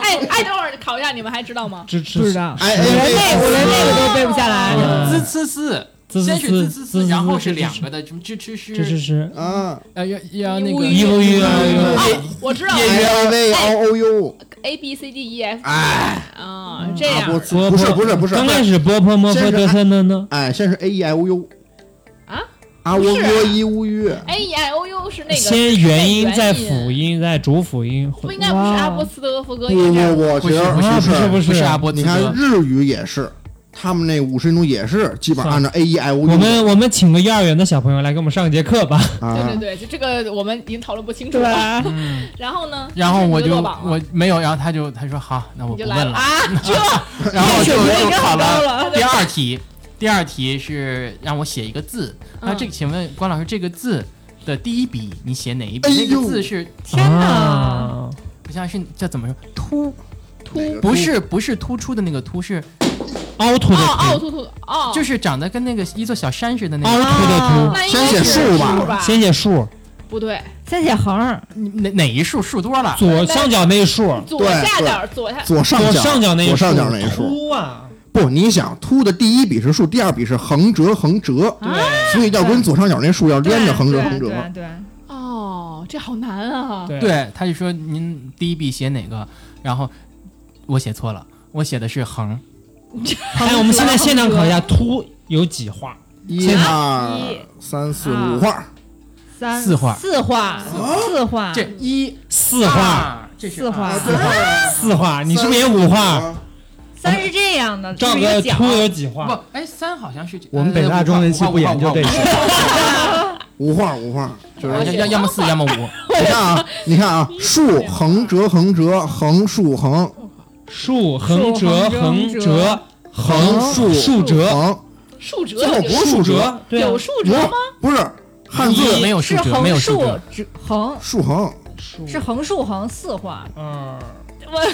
B: 哎哎，等会儿考一下，你们还知道吗？
G: 知
E: 不知
G: 知
E: 道，
F: 哎
E: 我连哦那
F: 哎，
E: 我连那个都背不下来，
D: 滋呲呲，
G: 滋
D: 先是滋
G: 滋
D: 呲
G: 滋
D: 呲，然后是两
G: 吱吱
D: 个的什么吱吱吱，
G: 吱吱吱，
F: 啊，
D: 呃要要那
B: 乌
D: 个
B: 鱼乌
G: 鱼啊
B: 哦，
D: 哎
B: 我知道了
F: A V O O U，
B: ，A B C D E F
F: 哎，
B: 啊，这
F: 啊
B: 样
F: 不
G: 波
F: 不是不是不是，
G: 刚开始波波摩
F: 先
G: 佛
F: 是
G: 得瑟呢呢，
F: 哎，先是 A E I O U，
B: 啊
F: 啊，我我一无语，
B: A E I O U 是那个
G: 先元音再辅
B: 辅，
G: 音再主辅音，
B: 不应该不是阿波斯德和格应该
F: 不
B: 是
F: 不，我觉得
D: 不
G: 啊
D: 是
G: 不是不
D: 不是阿波
F: 你
D: 茨
F: 看
D: 德，
F: 日语也是，他们那五十音图也是基本上按照 A E I O U，
G: 啊我们我们请个幼儿园的小朋友来给我们上节课吧。
B: 对
F: 啊
B: 对，对，就这个我们已经讨论不清楚
E: 对
B: 了。
E: 吧？
D: 嗯。
B: 然后呢？
D: 然后我
B: 你就
D: 就
B: 落榜了
D: 我没有，然后他就他说好，那我
B: 你就
D: 不问
B: 来
D: 了，
B: 啊，
D: 然后我就
E: 水平
D: 又
E: 已经
D: 考
E: 很高
D: 了
E: 了
D: 第二题，第二题是让我写一个字，
B: 嗯
D: 那这个请问关老师这个字的第一笔你写哪一笔？
F: 哎
D: 那个
F: 呦
D: 字是
E: 天哪，
G: 啊，
D: 不像是叫怎么说突？
F: 哪个
D: 不是不是突出的那个突，是
G: 凹凸的
B: 哦凹
G: 凸，
B: 凸凸哦，
D: 就是是长得跟那个一座小山似的那
G: 凹
F: 哦
D: 个。
G: 凸的
E: 啊
G: 凸，
B: 那应
F: 先
B: 该
F: 写
B: 是
F: 数吧
B: 吧，
G: 先写数，
B: 不对，
E: 三血横，
D: 你哪哪一数数多了？
G: 左上角那一竖，
B: 左下角左下
F: 左上
G: 左
F: 角
G: 上角那一
F: 左上角那
G: 那
F: 一竖。
G: 凸啊，
F: 不，你想凸的第一笔是竖，第二笔是横折横折，
G: 对，
F: 所以要跟左上角那竖要连着横折
E: 对
F: 横折。
E: 对对
B: 哦，这好难啊！
G: 对哎
D: 对，他就说您第一笔写哪个，然后我写错了，我写的是横，
G: 哎，我们现在现场考一下凸有几画？
F: 一
E: 啊
F: 二三四五画，
E: 三
D: 四画
E: 四画四画
D: 这一
G: 四画，
D: 啊二这是
E: 四画
D: 二
F: 四画，
G: 四画，你是不是也五画？
E: 三是这样的，
G: 赵
E: 是一个
G: 哥
E: 角
G: 凸有几画？
D: 不，哎，三好像是呃
C: 我们北大
D: 哦
C: 中文系不研究这
D: 个，
C: 些，
F: 五画五画，就
D: 五画五
F: 是
D: 画五画要要么 四，要么五。
F: 你看啊，你看啊，竖横折横折横竖横
G: 竖横
E: 竖
G: 折
E: 横
G: 横折
F: 横
G: 横
F: 竖
G: 竖竖折
F: 横，
B: 竖折
F: 最后不是
G: 竖
F: 竖折，，
G: 对啊
B: 有，竖折吗？
F: 不是汉字
D: 没有数
E: 是
D: 折，没有
E: 横
D: 数
E: 竖
D: 折，
E: 直横
F: 竖横，
E: 是横竖横四画，
G: 二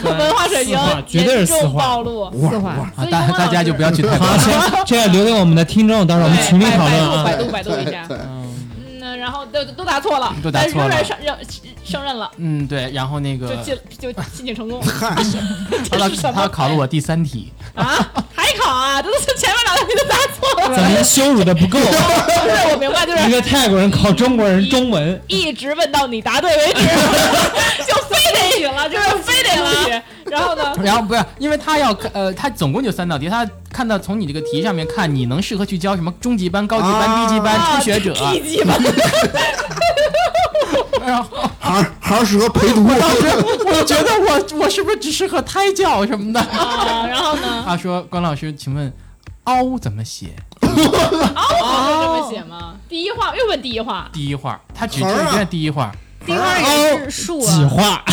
B: 文文化水平
G: 四画绝对是
B: 严
G: 四
B: 重
G: 画
B: 暴露。
F: 五画
E: 四
F: 五
E: 画
F: 画。
D: 啊，大大家就不要去太
G: 好， 行，这个留给我们的听众，到时候我们群里
B: 对
G: 讨论
B: 百
G: 啊。
B: 度百度百度一下
F: 对，对
B: 嗯，那然后都都答错了，
D: 都答
B: 但是
D: 错
B: 仍然
D: 了
B: 胜任胜任了，
D: 嗯， 对，然后那
B: 就
D: 个
B: 进就申请成功
F: 嗨，
D: 他
B: 这是什么
D: 他考了我第三题，
B: 啊！还考啊？这都是前面两道题都答错了，
G: 咱们羞辱的不够， 啊
B: 不是我明白，就是
G: 一个泰国人考中国人中文，
B: 一直问到你答对为 止，就非得赢了，就是非得了。然后呢？
D: 然后不是，因为他要呃，他总共就三道题，他看到从你这个题上面看，你能适合去教什么中级班、高级班、
F: 啊
D: 低级班、初学者，
B: 一级吧，
D: 然后
F: 还是还是适合陪读。
D: 我觉得我我是不是只适合胎教什么的？
B: 啊， 然后呢？
D: 他说关老师，请问凹怎么写？
B: 哦，这么写吗？第一话又问第一话，
D: 第一画，他只
F: 横啊
D: 只认第一画，
E: 第二也是竖
G: 几
E: 啊，
G: 画？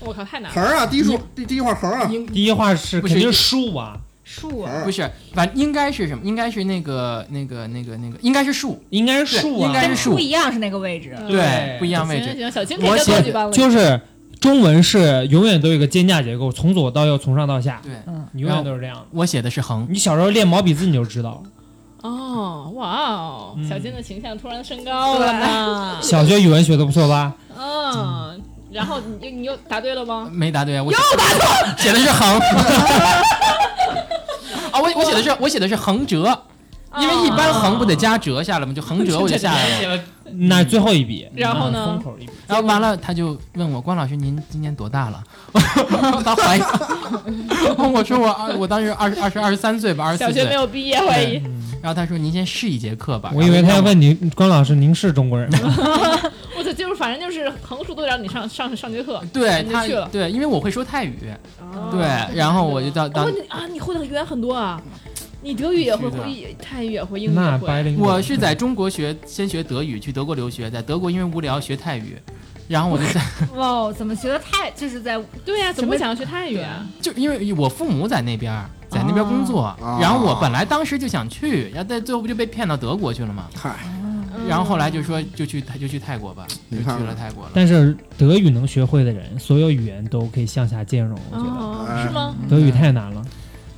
B: 我靠，太难了。
F: 横啊，第一竖第第一画横啊，
G: 第一画是
D: 不
G: 肯
D: 是
G: 定是竖啊，
E: 竖
F: 横
E: 啊，
F: 啊
D: 不是，反应该是什么？应该是那个那个那个那个，应该是竖，
G: 应该是竖啊，
D: 对应该是
E: 跟
D: 竖
E: 不一样是那个位置，
G: 对
D: 不一样位
B: 行
D: 置。
B: 行，小青
D: 我
B: 肯定
D: 写
B: 高级班了。
G: 就是中文是永远都有一个肩架结构，从左到右，从上到下，
D: 对，
E: 嗯，
G: 你永远都是这样的。
D: 我写的是横，
G: 你小时候练毛笔字你就知道了，
B: 哦，哇哦，
G: 嗯
B: 小金的形象突然升高了呢。
G: 小学语文学的不错吧？
B: 嗯，然后你就你又答对了吗？
D: 没答对啊！我又答错， 写的是横。啊，我我写的是我写的是横折，因为一般横不得加折下来吗？就横折我就下来了。
G: 那最后一笔，
B: 然后
G: 那
B: 呢
G: 嗯封口一笔，
D: 然后完了，他就问我关老师您今年多大了？ 他怀疑，我说我二我当时二十二十二十三岁吧，二
B: 哦。
D: 十
B: 小
D: 四
B: 学没
D: 岁。
B: 有毕业，怀疑
D: 然后他说您先试一节课吧。
G: 我以为他
D: 然
G: 要
D: 后
G: 问你，关老师您是中国人吗？
B: 我操，就是反正就是横竖都得让你上上上节课。
D: 对
B: 你就
D: 他
B: 去了
D: 对，因为我会说泰语，
B: 哦
D: 对，然后我就到
B: 哦
D: 当，
B: 你啊，你会的语言很多啊，你德语也会，
D: 必须的
B: 会泰语也会，英语
G: 那
B: 也
G: 白
B: 会。
G: 领
D: 我是在中国学先学德语，去德国留学，在德国因为无聊学泰语，然后我就 在
E: 哇哦，怎么学的太就是在
B: 对呀、怎么会想要学泰语啊？
D: 就因为我父母在那边儿，在那边工作，
B: 哦
D: 然后我本来当时就想去，然后但最后不就被骗到德国去了嘛？
F: 嗨，
B: 嗯
D: 啊然后后来就说就去就去泰国吧，就
F: 你
D: 去
F: 看
D: 了
F: 看
D: 泰国了。
G: 但是德语能学会的人，所有语言都可以向下兼容。我觉得
B: 哦，是吗？
G: 德语太难了，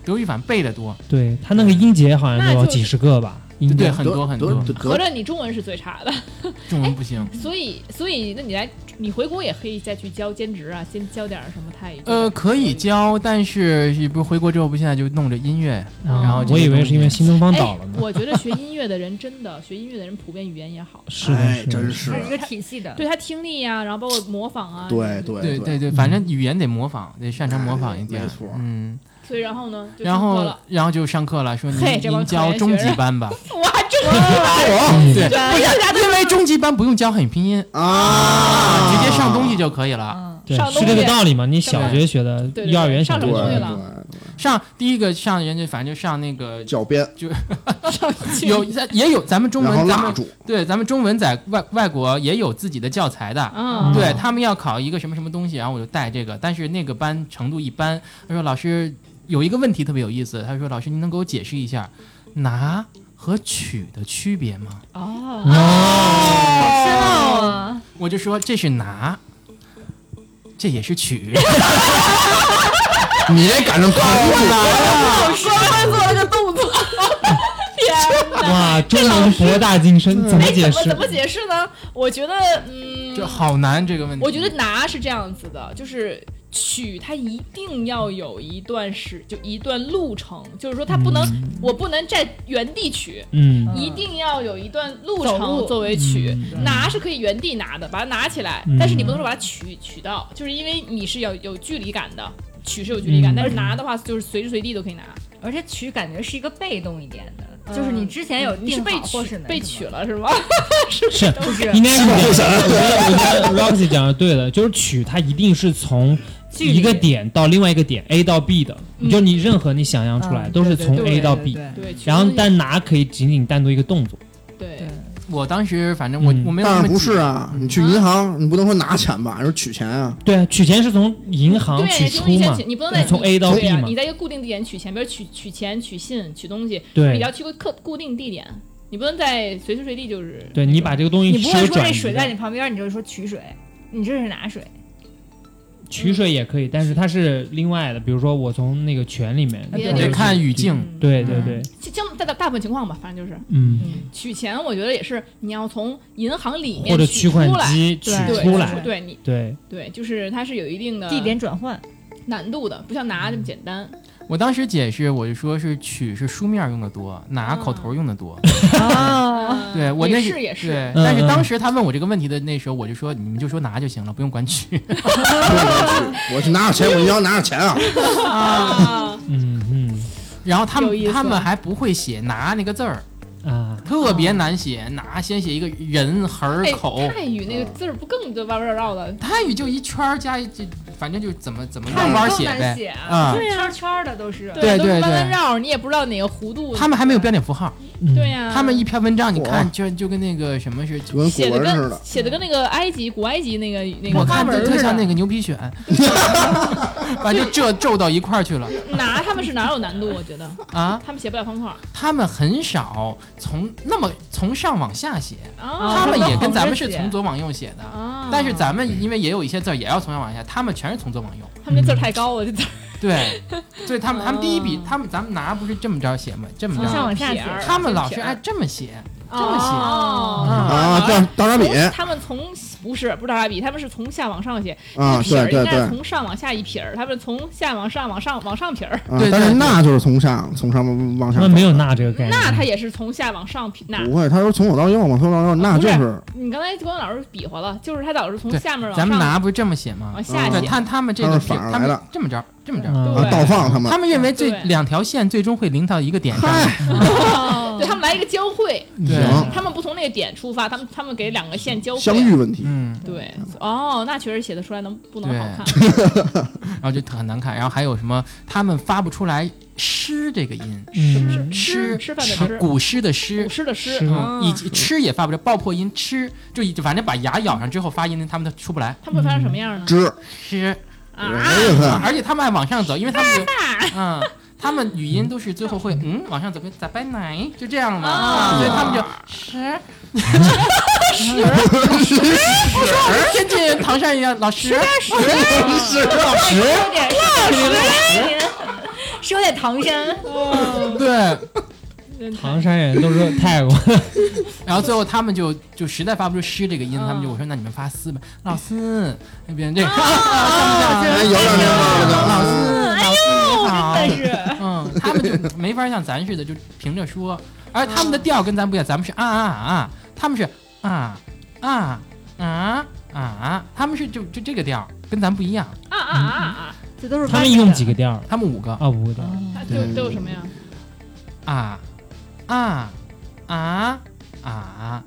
D: 德语反正背的多，
G: 对他那个音节好像
B: 那
G: 都有
B: 就
G: 几十个吧，音
D: 对
G: 节
D: 很多很多，
F: 得
B: 合
F: 得
B: 着你中文是最差的，
D: 中文不行。
B: 所以所以那你来你回国也可以再去教兼职啊，先教点儿什么泰语。
D: 呃，可以教，但是是不是回国之后不现在就弄着音乐，
G: 啊
D: 然后这
G: 我
D: 些
G: 以为
D: 东
G: 是因为
D: 西
G: 新东方
B: 哎
G: 倒了呢。
B: 我觉得学音乐的人真的，学音乐的人普遍语言也好，
G: 是
F: 哎
G: 的，
F: 真
G: 的
F: 是
E: 它是一个体系的，嗯
B: 对他听力呀、然后包括模仿啊，
F: 对
B: 对。
D: 对
F: 对哎
D: 对，对，反正语言得模仿，得擅长模仿一点。
F: 没错
D: 嗯，
B: 所以然后呢，就
D: 然
B: 上课
D: 后
B: 了
D: 然后就上课了，说您
B: 嘿这帮
D: 您
B: 可
D: 教
B: 怜
D: 中
B: 学
D: 级
B: 生
D: 班吧。
B: 哇，这 个
D: 对，
B: 对
D: 不是因为中级班不用教汉语拼音，
F: 啊，
D: 直接上东西就可以了。
B: 啊
E: 嗯，
G: 对
B: 上，
G: 是
B: 东
G: 这个
B: 西
G: 道理嘛？你小学学的
B: 对，对
G: 幼儿园小
B: 上
G: 学
B: 什么
G: 学
B: 东西
G: 的
F: 对，
B: 了
F: 对
D: 上第一个上人家反正就上那个
F: 教鞭，
D: 有也有咱们中
F: 然后
D: 文，咱
F: 蜡
D: 们
F: 烛，
D: 对咱们中文在外外国也有自己的教材的。
B: 嗯，
D: 对他们要考一个什么什么东西，然后我就带这个，但是那个班程度一般。他说老师有一个问题特别有意思，他说老师您能给我解释一下拿和取的区别吗？
B: 哦，
G: 哦，
E: 好深奥啊，
D: 我就说这是拿，这也是取。
B: 嗯
F: 你这赶上高了，
B: 我刚刚做了个动作，天
G: 哇，中文博大精深，怎么
B: 哎，
G: 解
B: 怎么
G: 释
B: 怎？么解释呢？我觉得，嗯，
D: 这好难这个问题。
B: 我觉得拿是这样子的，就是曲它一定要有一段时，就一段路程，就是说它不能，我不能在原地取。
G: 嗯
E: 嗯
B: 一定要有一段路
E: 走
B: 程
E: 路
B: 作为取，
G: 嗯
B: 拿是可以原地拿的，把它拿起来，
G: 嗯
B: 但是你不能说把它取取到，就是因为你是有有距离感的，取是有距离感，
G: 嗯
B: 但是拿的话就是随时随地都可以拿，
E: 而且曲感觉是一个被动一点的，
B: 嗯
E: 就是你之前有
B: 你是
E: 定
B: 被
E: 好或
B: 取
E: 哪
B: 被
E: 什
B: 取
E: 么
B: 了是吗？
G: 是
E: 不是
G: 应该是这样。我觉得我觉得 Roxy 讲的对的，就是曲它一定是从
E: 距离
G: 一个点到另外一个点 A 到 B 的，
B: 嗯
G: 就你任何你想象出来
E: 嗯
G: 都是从
E: 对对
G: A 到
E: 对
G: B，
E: 对对
B: 对，取
G: 然后
B: 了也
G: 但拿可以仅仅单独一个动作。
B: 对
E: 对
D: 我当时反正我、
G: 嗯
D: 我没有
F: 当
D: 那么
F: 然不
D: 紧
F: 是啊，你去银行，你不能说拿钱吧，而是取 钱啊。
G: 对啊，取钱是从银行
B: 对呀，
G: 取
B: 你
G: 出
B: 从以前
G: 嘛
B: 取，，你不能在
G: 从
B: 你
G: A 到
B: 对呀
G: B 嘛
B: 你在一个固定地点取钱，比如取取钱、取信、取东西，你
G: 对
B: 要去个特固定地点，你不能在随时随地就是。
G: 对，你把这个东西
E: 你不
G: 是
E: 会
G: 有
E: 说
G: 转
E: 这
G: 移
E: 水
G: 的
E: 在你旁边，你就说取水，你这是拿水，
G: 取水也可以，但是它是另外的，比如说我从那个泉里面，
B: 别的
G: 或者
D: 得
G: 是
D: 看语境。
G: 对对对，
B: 就嗯像大大大部分情况吧，反正就是
G: 嗯，
B: 取钱，我觉得也是你要从银行里面
G: 或者
B: 取
G: 取
B: 出
G: 款
B: 来，
G: 机取
E: 对
G: 出
B: 对
G: 来，
B: 对你
G: 对，
B: 对，就是它是有一定的
E: 地点 转换，
B: 难度的，不像拿这么简单。
D: 我当时解释，我就说是取是书面用的多，拿口头用的多。
E: 哦，
D: 对我那
B: 嗯啊也
D: 是
B: 是也是，
D: 对，
G: 嗯
D: 但是
G: 嗯
D: 当时他问我这个问题的那时候，我就说你们就说拿就行了，不用管取。
F: 我去拿点钱，我一定要拿点钱啊！
B: 啊，
G: 嗯
D: 然后他
B: 有意思
D: 们他们还不会写拿那个字儿，
G: 嗯啊，
D: 特别难写。拿先写一个人横儿
B: 哎
D: 口，
B: 泰语那个字儿不更就弯弯绕的，
D: 泰语就一圈儿加一，就反正就怎么怎么
E: 看
D: 弯
E: 着
D: 弯
E: 更
D: 写
E: 难
D: 呗。
E: 写
D: 啊
E: 啊，圈圈的都是，
D: 对
B: 都
D: 对
B: 是弯弯
D: 对
B: 绕，你也不知道哪个弧度。
D: 他们还没有标点符号，
G: 嗯
B: 对呀、
D: 他们一篇文章你看
F: 哇
D: 就就跟那个什么似
F: 就
D: 的。
F: 跟古
B: 写的
F: 文似
B: 跟
F: 的，
B: 写的跟那个埃及古埃及那个那个
D: 我
B: 花
D: 看
B: 纹
D: 着
B: 儿
D: 特
B: 似
D: 像那
B: 的，
D: 个牛皮癣， 反正这皱到一块儿去了
B: 拿他们是哪有难度？我觉得
D: 啊！
B: 他们写不了方块儿
D: 他们很少从那么从上往下写，
B: 啊，
D: 哦他们也跟咱们
E: 横
D: 是
E: 着写
D: 从左往右写哦的，
B: 啊，
D: 但是咱们因为也有一些字儿也要从上往下，他们全是从左往右。
B: 他们这字儿太高了，这字儿
D: 对，所以他们他们第一笔
B: 哦，
D: 他们咱们拿不是这么着嗯写吗？这么
E: 从上
D: 着，
E: 往下写
B: 撇儿
D: 他们老是
B: 撇儿
D: 爱这么写，
B: 这
D: 么写嗯
B: 哦
F: 啊，
B: 啊
F: 倒倒傻
B: 不
F: 笔
B: 是他们从不是不是大傻笔，他们是从下往上写，
F: 啊，
B: 撇
F: 对
B: 儿应
F: 对
B: 该
F: 对
B: 是，从上往下一撇儿，他们从下往上往上往上撇儿，
F: 啊
D: 对，
F: 但
D: 对
F: 是
D: 对
F: 那就是从上从上往
G: 他
F: 下
G: 们
F: 走，
G: 没有那这个概念，
B: 那他也是从下往上撇，那
F: 不会，他说从左到右嘛，从左到右，那就
B: 不
F: 是啊
B: 你刚才光老师比划了，就是他老是从
D: 对
B: 下面往
D: 咱们
B: 上
D: 拿不是这么写吗
B: 往？下
D: 对
B: 写，
D: 他他们这个
F: 他是
D: 撇
F: 反
D: 他
F: 着来
D: 们
F: 的
D: 这么着这么着，
G: 嗯
B: 对
F: 啊倒放他们
D: 他，们认为最
B: 对
D: 两条线最终会临到一个点上，
B: 对他们来一个交汇，
D: 对
F: 行，
B: 他们不从那个点出发，他们他们给两个线交汇
F: 相遇问题，
D: 嗯，
B: 对，哦，那确实写的出来能不能
D: 对
B: 好看？
D: 然后就很难看。然后还有什么，他们发不出来“诗”这个音，
G: 嗯
B: 吃吃饭的吃
D: 古诗的诗
B: 古。诗的诗
G: 诗
B: 啊，
D: 以及吃也发不出来，爆破音吃就一反正把牙咬上之后发音，他们都出不来。
B: 他们会发成什么样呢？
F: 知
D: 诗，
B: 啊，
F: 没意思。
D: 而且他们还往上走，因为他们有嗯，他们语音都是最后会嗯往上走，跟咋拜奶就这样嘛，
B: 啊
D: 啊所以他们就诗， 诗，诗，跟进唐山一样，老师，
E: 有点
B: 哎
E: 老师，说点唐山，
D: 嗯对，
G: 唐山人都说泰国，
D: 然后最后他们就就实在发不出“诗”这个音，他们就我说那你们发“思”吧，老师那边这 个，
F: 哎，有点那味儿
D: 老
F: 了，
D: 师，老师你好，
E: 但是
D: 嗯，他们就没法像咱似的就凭着说，而他们的调跟咱不一样，咱们是啊啊啊，他们是啊啊啊啊，他们是就就这个调跟咱不一样，
B: 啊啊啊啊！
E: 这都是
G: 他们一共几个调儿
D: 他们五个
G: 啊？五个调儿，
E: 哦
B: 它都都有什么呀？
D: 啊啊啊啊啊，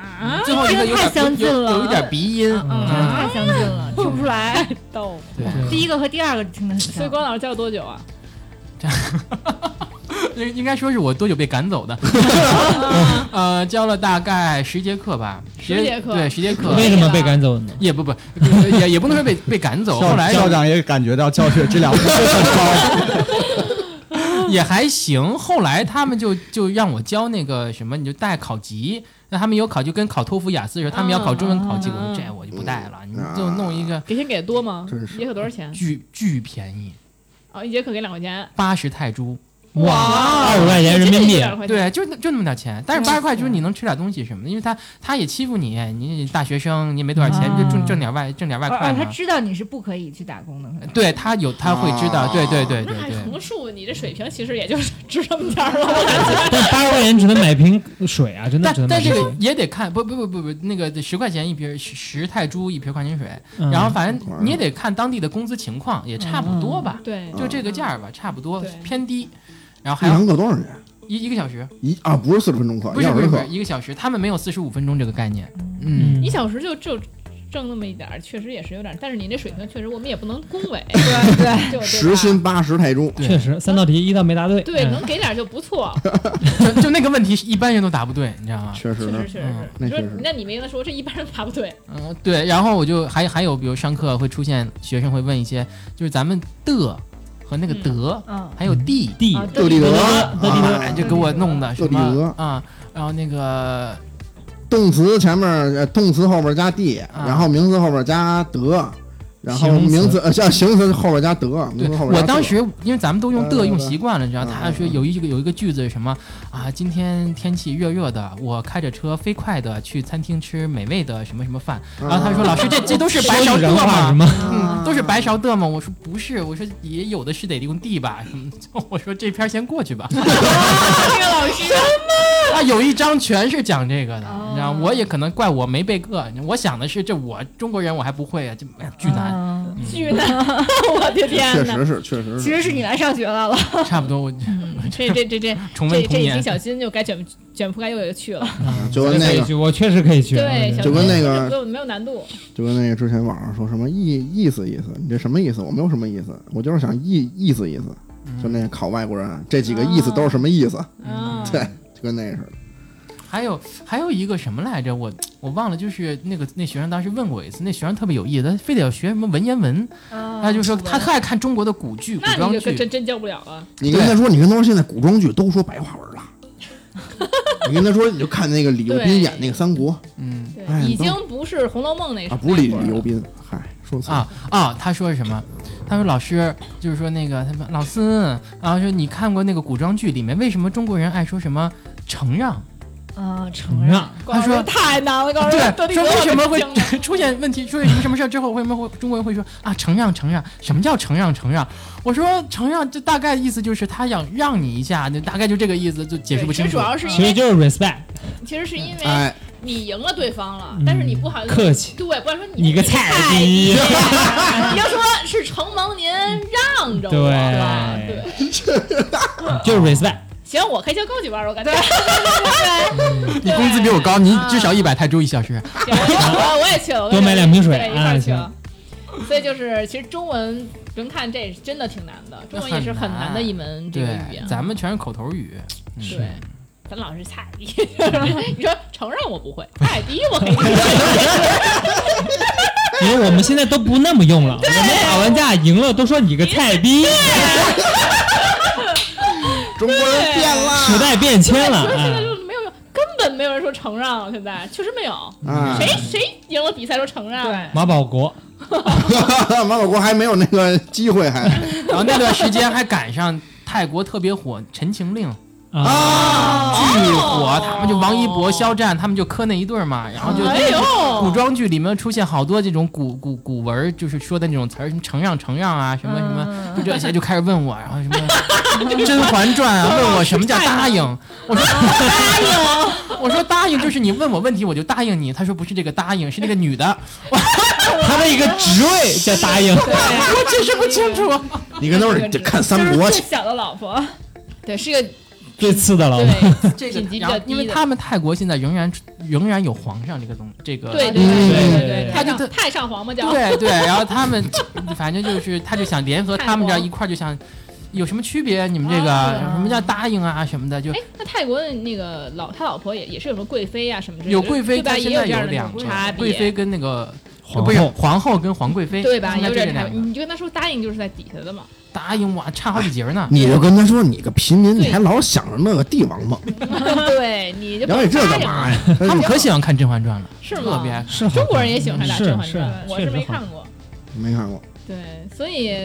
B: 啊，
D: 最后一个有点有有一点鼻音，
E: 嗯，真的太相近了，听不出来。
B: 逗。
D: 对，
E: 第一个和第二个听得很
B: 所以
E: 像，
B: 光老师教多久啊？
D: 应应该说是我多久被赶走的，呃，教了大概十节课吧，
B: 十节课
D: 对十节课，
G: 为什么被赶走呢？
D: 也不不也也不能说被被赶走，后
C: 校
D: 来
C: 校长也感觉到教学质量不是很高，
D: 也还行。后来他们就就让我教那个什么，你就带考级。那他们有考，就跟考托福、雅思似的，他们要考中文考级，我说这我就不带了，你就弄一个
B: 给钱给的多吗？
F: 真
B: 一节课多少钱？哦
D: 巨巨便宜，
B: 啊，一节课给两块钱。
D: 八十泰铢，
G: 哇，二十块钱人民币，
D: 对，就那就那么点钱，但是八十块就是你能吃点东西什么的，因为他他也欺负你，你大学生你也没多少钱，你就挣挣点外挣点外
E: 而
D: 快
E: 而哦啊他
D: 嘛。
E: 知道你是不可以去打工的，可能
D: 对他有他会知道，对对对对
B: 那还
D: 对，
B: 横竖你这水平其实也就是值这么点儿了，我感觉。
G: 但八十块钱只能买瓶水啊，真的
D: 但
G: 只能买
D: 但
G: 瓶
D: 这个
G: 水。
D: 也得看，不不不不不，那个十块钱一瓶十十泰铢一瓶矿泉水，
G: 嗯
D: 然后反正你也得看当地的工资情况，也差不多吧，
B: 对，
D: 就这个价儿吧，差不多
B: 嗯对
D: 偏低。然后还
F: 一
D: 有
F: 堂课多少钱？
D: 一一个小时，
F: 一啊，不是四十分钟课，
D: 不
F: 嗯一
D: 是
F: 小
D: 不
F: 时
D: 是不
F: 课
D: 是。一个小时，他们没有四十五分钟这个概念。嗯，
G: 嗯
B: 一，小时就就挣那么一点儿，确实也是有点儿。但是你这水平确实，我们也不能恭维，对对， 就
F: 时薪八十泰铢，
D: 对
G: 确实三道题一道没答对。
B: 对，
G: 嗯
B: 能给点儿就不错，
D: 就就那个问题，一般人都答不对，你知道吗？
F: 确
B: 确
F: 实
B: 实确实是。你
D: 嗯
F: 那
B: 说
F: 确实
B: 那你没跟他说，这一般人答不 对，
D: 嗯，对。然后我就还还有，比如上课会出现学生会问一些，就是咱们的和那个德，
E: 嗯，
D: 还有地
G: 地
B: 啊
F: 斗地主
B: 对
F: 啊
G: 斗地主
D: 哎，就给我弄的什
F: 斗地主
D: 么啊，然后那个
F: 动词前面呃动词后边加 d，
D: 啊
F: 然后名词后边加得，然后
G: 形容词
F: 名词呃像形容词后边加得，名
D: 对，
F: 词后边加
D: 我
F: 得
D: 当时因为咱们都用
F: 对
D: 的
F: 对
D: 用
F: 对
D: 习惯了，你知道，
F: 嗯
D: 他
F: 嗯
D: 说
F: 嗯
D: 有一个有一个句子是什么啊，今天天气热热的，我开着车飞快的去餐厅吃美味的什么什么饭，
F: 嗯
D: 然后他说老师这这都是白
G: 说
D: 勺
G: 句
D: 的
G: 人话什
D: 吗？
G: 么？
D: 嗯，都是白勺的吗？我说不是，我说也有的是得用地吧。嗯 我说这篇先过去吧。
F: 哎
B: 这个老师
D: 啊，有一章全是讲这个的，你知道，
E: 哦
D: 我也可能怪我没备课。我想的是，这我中国人我还不会啊，这哎呀巨难。
E: 嗯
B: 巨 难，我的天
F: 确
B: 哪！
F: 实是确实
E: 其实是你来上学来了，
D: 差不多我
B: 这这这这
D: 重温
B: 嗯这这
D: 童
B: 已经
D: 年。
B: 小新就该卷卷铺盖又有去了，
F: 就
G: 我
F: 跟
G: 可
F: 那
G: 以
F: 个
G: 去，我确实可以去。啊
B: 对，小
F: 就
B: 新
F: 跟那个
B: 就没有难度，
F: 就跟那个之前网上说什么意意思意思，你这什么意思？我没有什么意思，我就是想意意思意思，
E: 嗯
F: 就那考外国人啊这几个意思都是什么意思？
B: 啊，
F: 对，就跟那个似的。
D: 还有还有一个什么来着？我我忘了，就是那个那学生当时问过一次，那学生特别有意思，他非得要学什么文言文，
B: 啊
D: 他就说他特爱看中国的古剧、古
B: 那
D: 装
B: 你就
D: 剧
B: 真。真教不了啊，
F: 你跟他说，你跟他说现在古装剧都说白 话文了，你跟他说你就看那个李幼
B: 对
F: 斌演那个三国
D: 嗯
B: 对
F: 哎，
B: 已
F: 你都
B: 经不是《红楼梦》那
F: 啊，不是李
B: 那会儿
F: 李
B: 了
F: 幼斌，嗨，说错了
D: 啊啊，他说是什么？他说老师就是说那个他说老师，然后说你看过那个古装剧里面为什么中国人爱说什么承让？
E: 啊，
B: 嗯
E: 承
G: 承让。
B: 广
D: 他说
B: 州太难了，广州斗
D: 对，
B: 地
D: 说
B: 主
D: 为什么会
B: 我都惊了
D: 出现问题，出现什么什么事儿之后，为什么会中国人会说啊承让承让？什么叫承让承让？我说承让，这大概意思就是他想让你一下，就大概就这个意思，就解释不
B: 其
D: 清
B: 实
D: 楚
B: 主。要是因
G: 其实
B: 为，
G: 就是 respect，
B: 其实是因为
F: 哎，
B: 你赢了对方了
G: 嗯，
B: 但是你不好意思
G: 客气
B: 对，不然说
G: 你个菜鸡，
B: 你就说是承蒙您让着我吧，
G: 对
B: 对，
F: 啊
G: 就是 respect。
B: 行，我可以教高级班儿，我感觉，
D: 你工资比我高，你
B: 啊
D: 至少一百泰铢一小时。
B: 行，我我也去了，我
G: 多买两瓶水
B: 对一块
G: 啊
B: 儿去
G: 行
B: 了。所以就是，其实中文甭看这是真的挺难的，中文也是很难的一门这
D: 对
B: 个语言。，
D: 咱们全是口头语。嗯
B: 对，咱老是菜逼， 你说承认我不会，菜逼我 可以承认。
G: 因为我们现在都不那么用了，我们打完架赢了都说你个菜逼，
F: 中国人变
G: 时
F: 了，
G: 代变迁了
B: 所以 现在
G: 啊。
B: 就没有人，根本没有人说承让了，现在确实没有，
G: 嗯
F: 啊
B: 谁谁赢了比赛说承让？对，
G: 马保国，
F: 马保国还没有那个机会还
D: 然后那段时间还赶上泰国特别火《陈情令》，
G: 啊，
B: 哦
D: 巨火，他们就王一博、肖战，他们就磕那一对儿嘛，然后就
B: 哎呦，
D: 古装剧里面出现好多这种古古古文儿，就是说的那种词儿，什么承让承让啊，什么什
B: 嗯
D: 么，就这些就开始问我，然后什 么《甄嬛传》啊，问我什么叫答应，
B: 哦
D: 我说答应， 我说答应就是你问我问题我就答应你，他说不是这个答应，是那个女的，
G: 他的一个职位叫答应，
B: 啊
D: 我解释不清楚。
B: 哦
F: 你跟他说你得看三国
E: 最
F: 去，哦
E: 小的老婆，
B: 对，是个
G: 最次的了。
B: 对
D: 这
B: 个
D: 个
B: 品级比较低的
D: 然后因为他们泰国现在仍然仍然有皇上这个东这个
B: 对对
G: 嗯
B: 对
G: 对
B: 对对，
D: 他
B: 太
D: 就
B: 上太上皇嘛叫，
D: 对对，然后他们反正就是，他就想联合他们这
B: 泰
D: 儿
B: 国
D: 一块儿，就想有什么区别？你们这个、
B: 啊
D: 什么叫答应啊什么的，就
B: 哎，那泰国的那个老他老婆也也是有什么贵妃啊什么之类的，
D: 有贵妃，
B: 对吧？
D: 但
B: 也
D: 现在
B: 这样的那
D: 两
B: 种
D: 个
B: 差别，
D: 贵妃跟那个
G: 皇
D: 不是
G: 后
D: 皇后跟皇贵妃，
B: 对吧？
D: 现在
B: 有
D: 这
B: 点差
D: 两
B: 别，
D: 个
B: 你就跟他说答应就是在底下的嘛，
D: 答应哇，差好几节呢。
F: 你就跟他说你个平民，
B: 对
F: 你还老想着那个帝王 梦，
B: 对，你就不
F: 了
B: 能
F: 解这
B: 答
F: 干
B: 应
F: 嘛
B: 嘛，
F: 呀？
D: 他们可喜欢看《甄嬛传》了，
B: 是
D: 特
B: 吗？
D: 别爱看
G: 是好看
B: 中国人也喜欢看《
G: 是
B: 甄嬛
G: 是
B: 传》，我
G: 确
B: 是
G: 实
B: 没
G: 好看
B: 看过，
F: 没看过，
B: 对，所以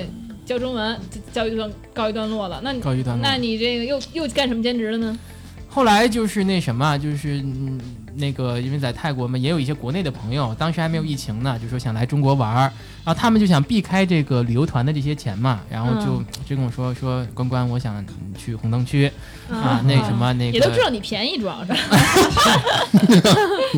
B: 教中文就教一段告一段落了。那你
D: 告一段落。
B: 那你这个又又干什么兼职了呢？
D: 后来就是那什么，就是嗯那个，因为在泰国嘛，也有一些国内的朋友，当时还没有疫情呢，就说想来中国玩儿，然后他们就想避开这个旅游团的这些钱嘛，然后
B: 嗯
D: 就、就跟我说说关关，我想去红灯区啊，那什么那
B: 嗯也都知
D: 个
B: 道你便宜，主要是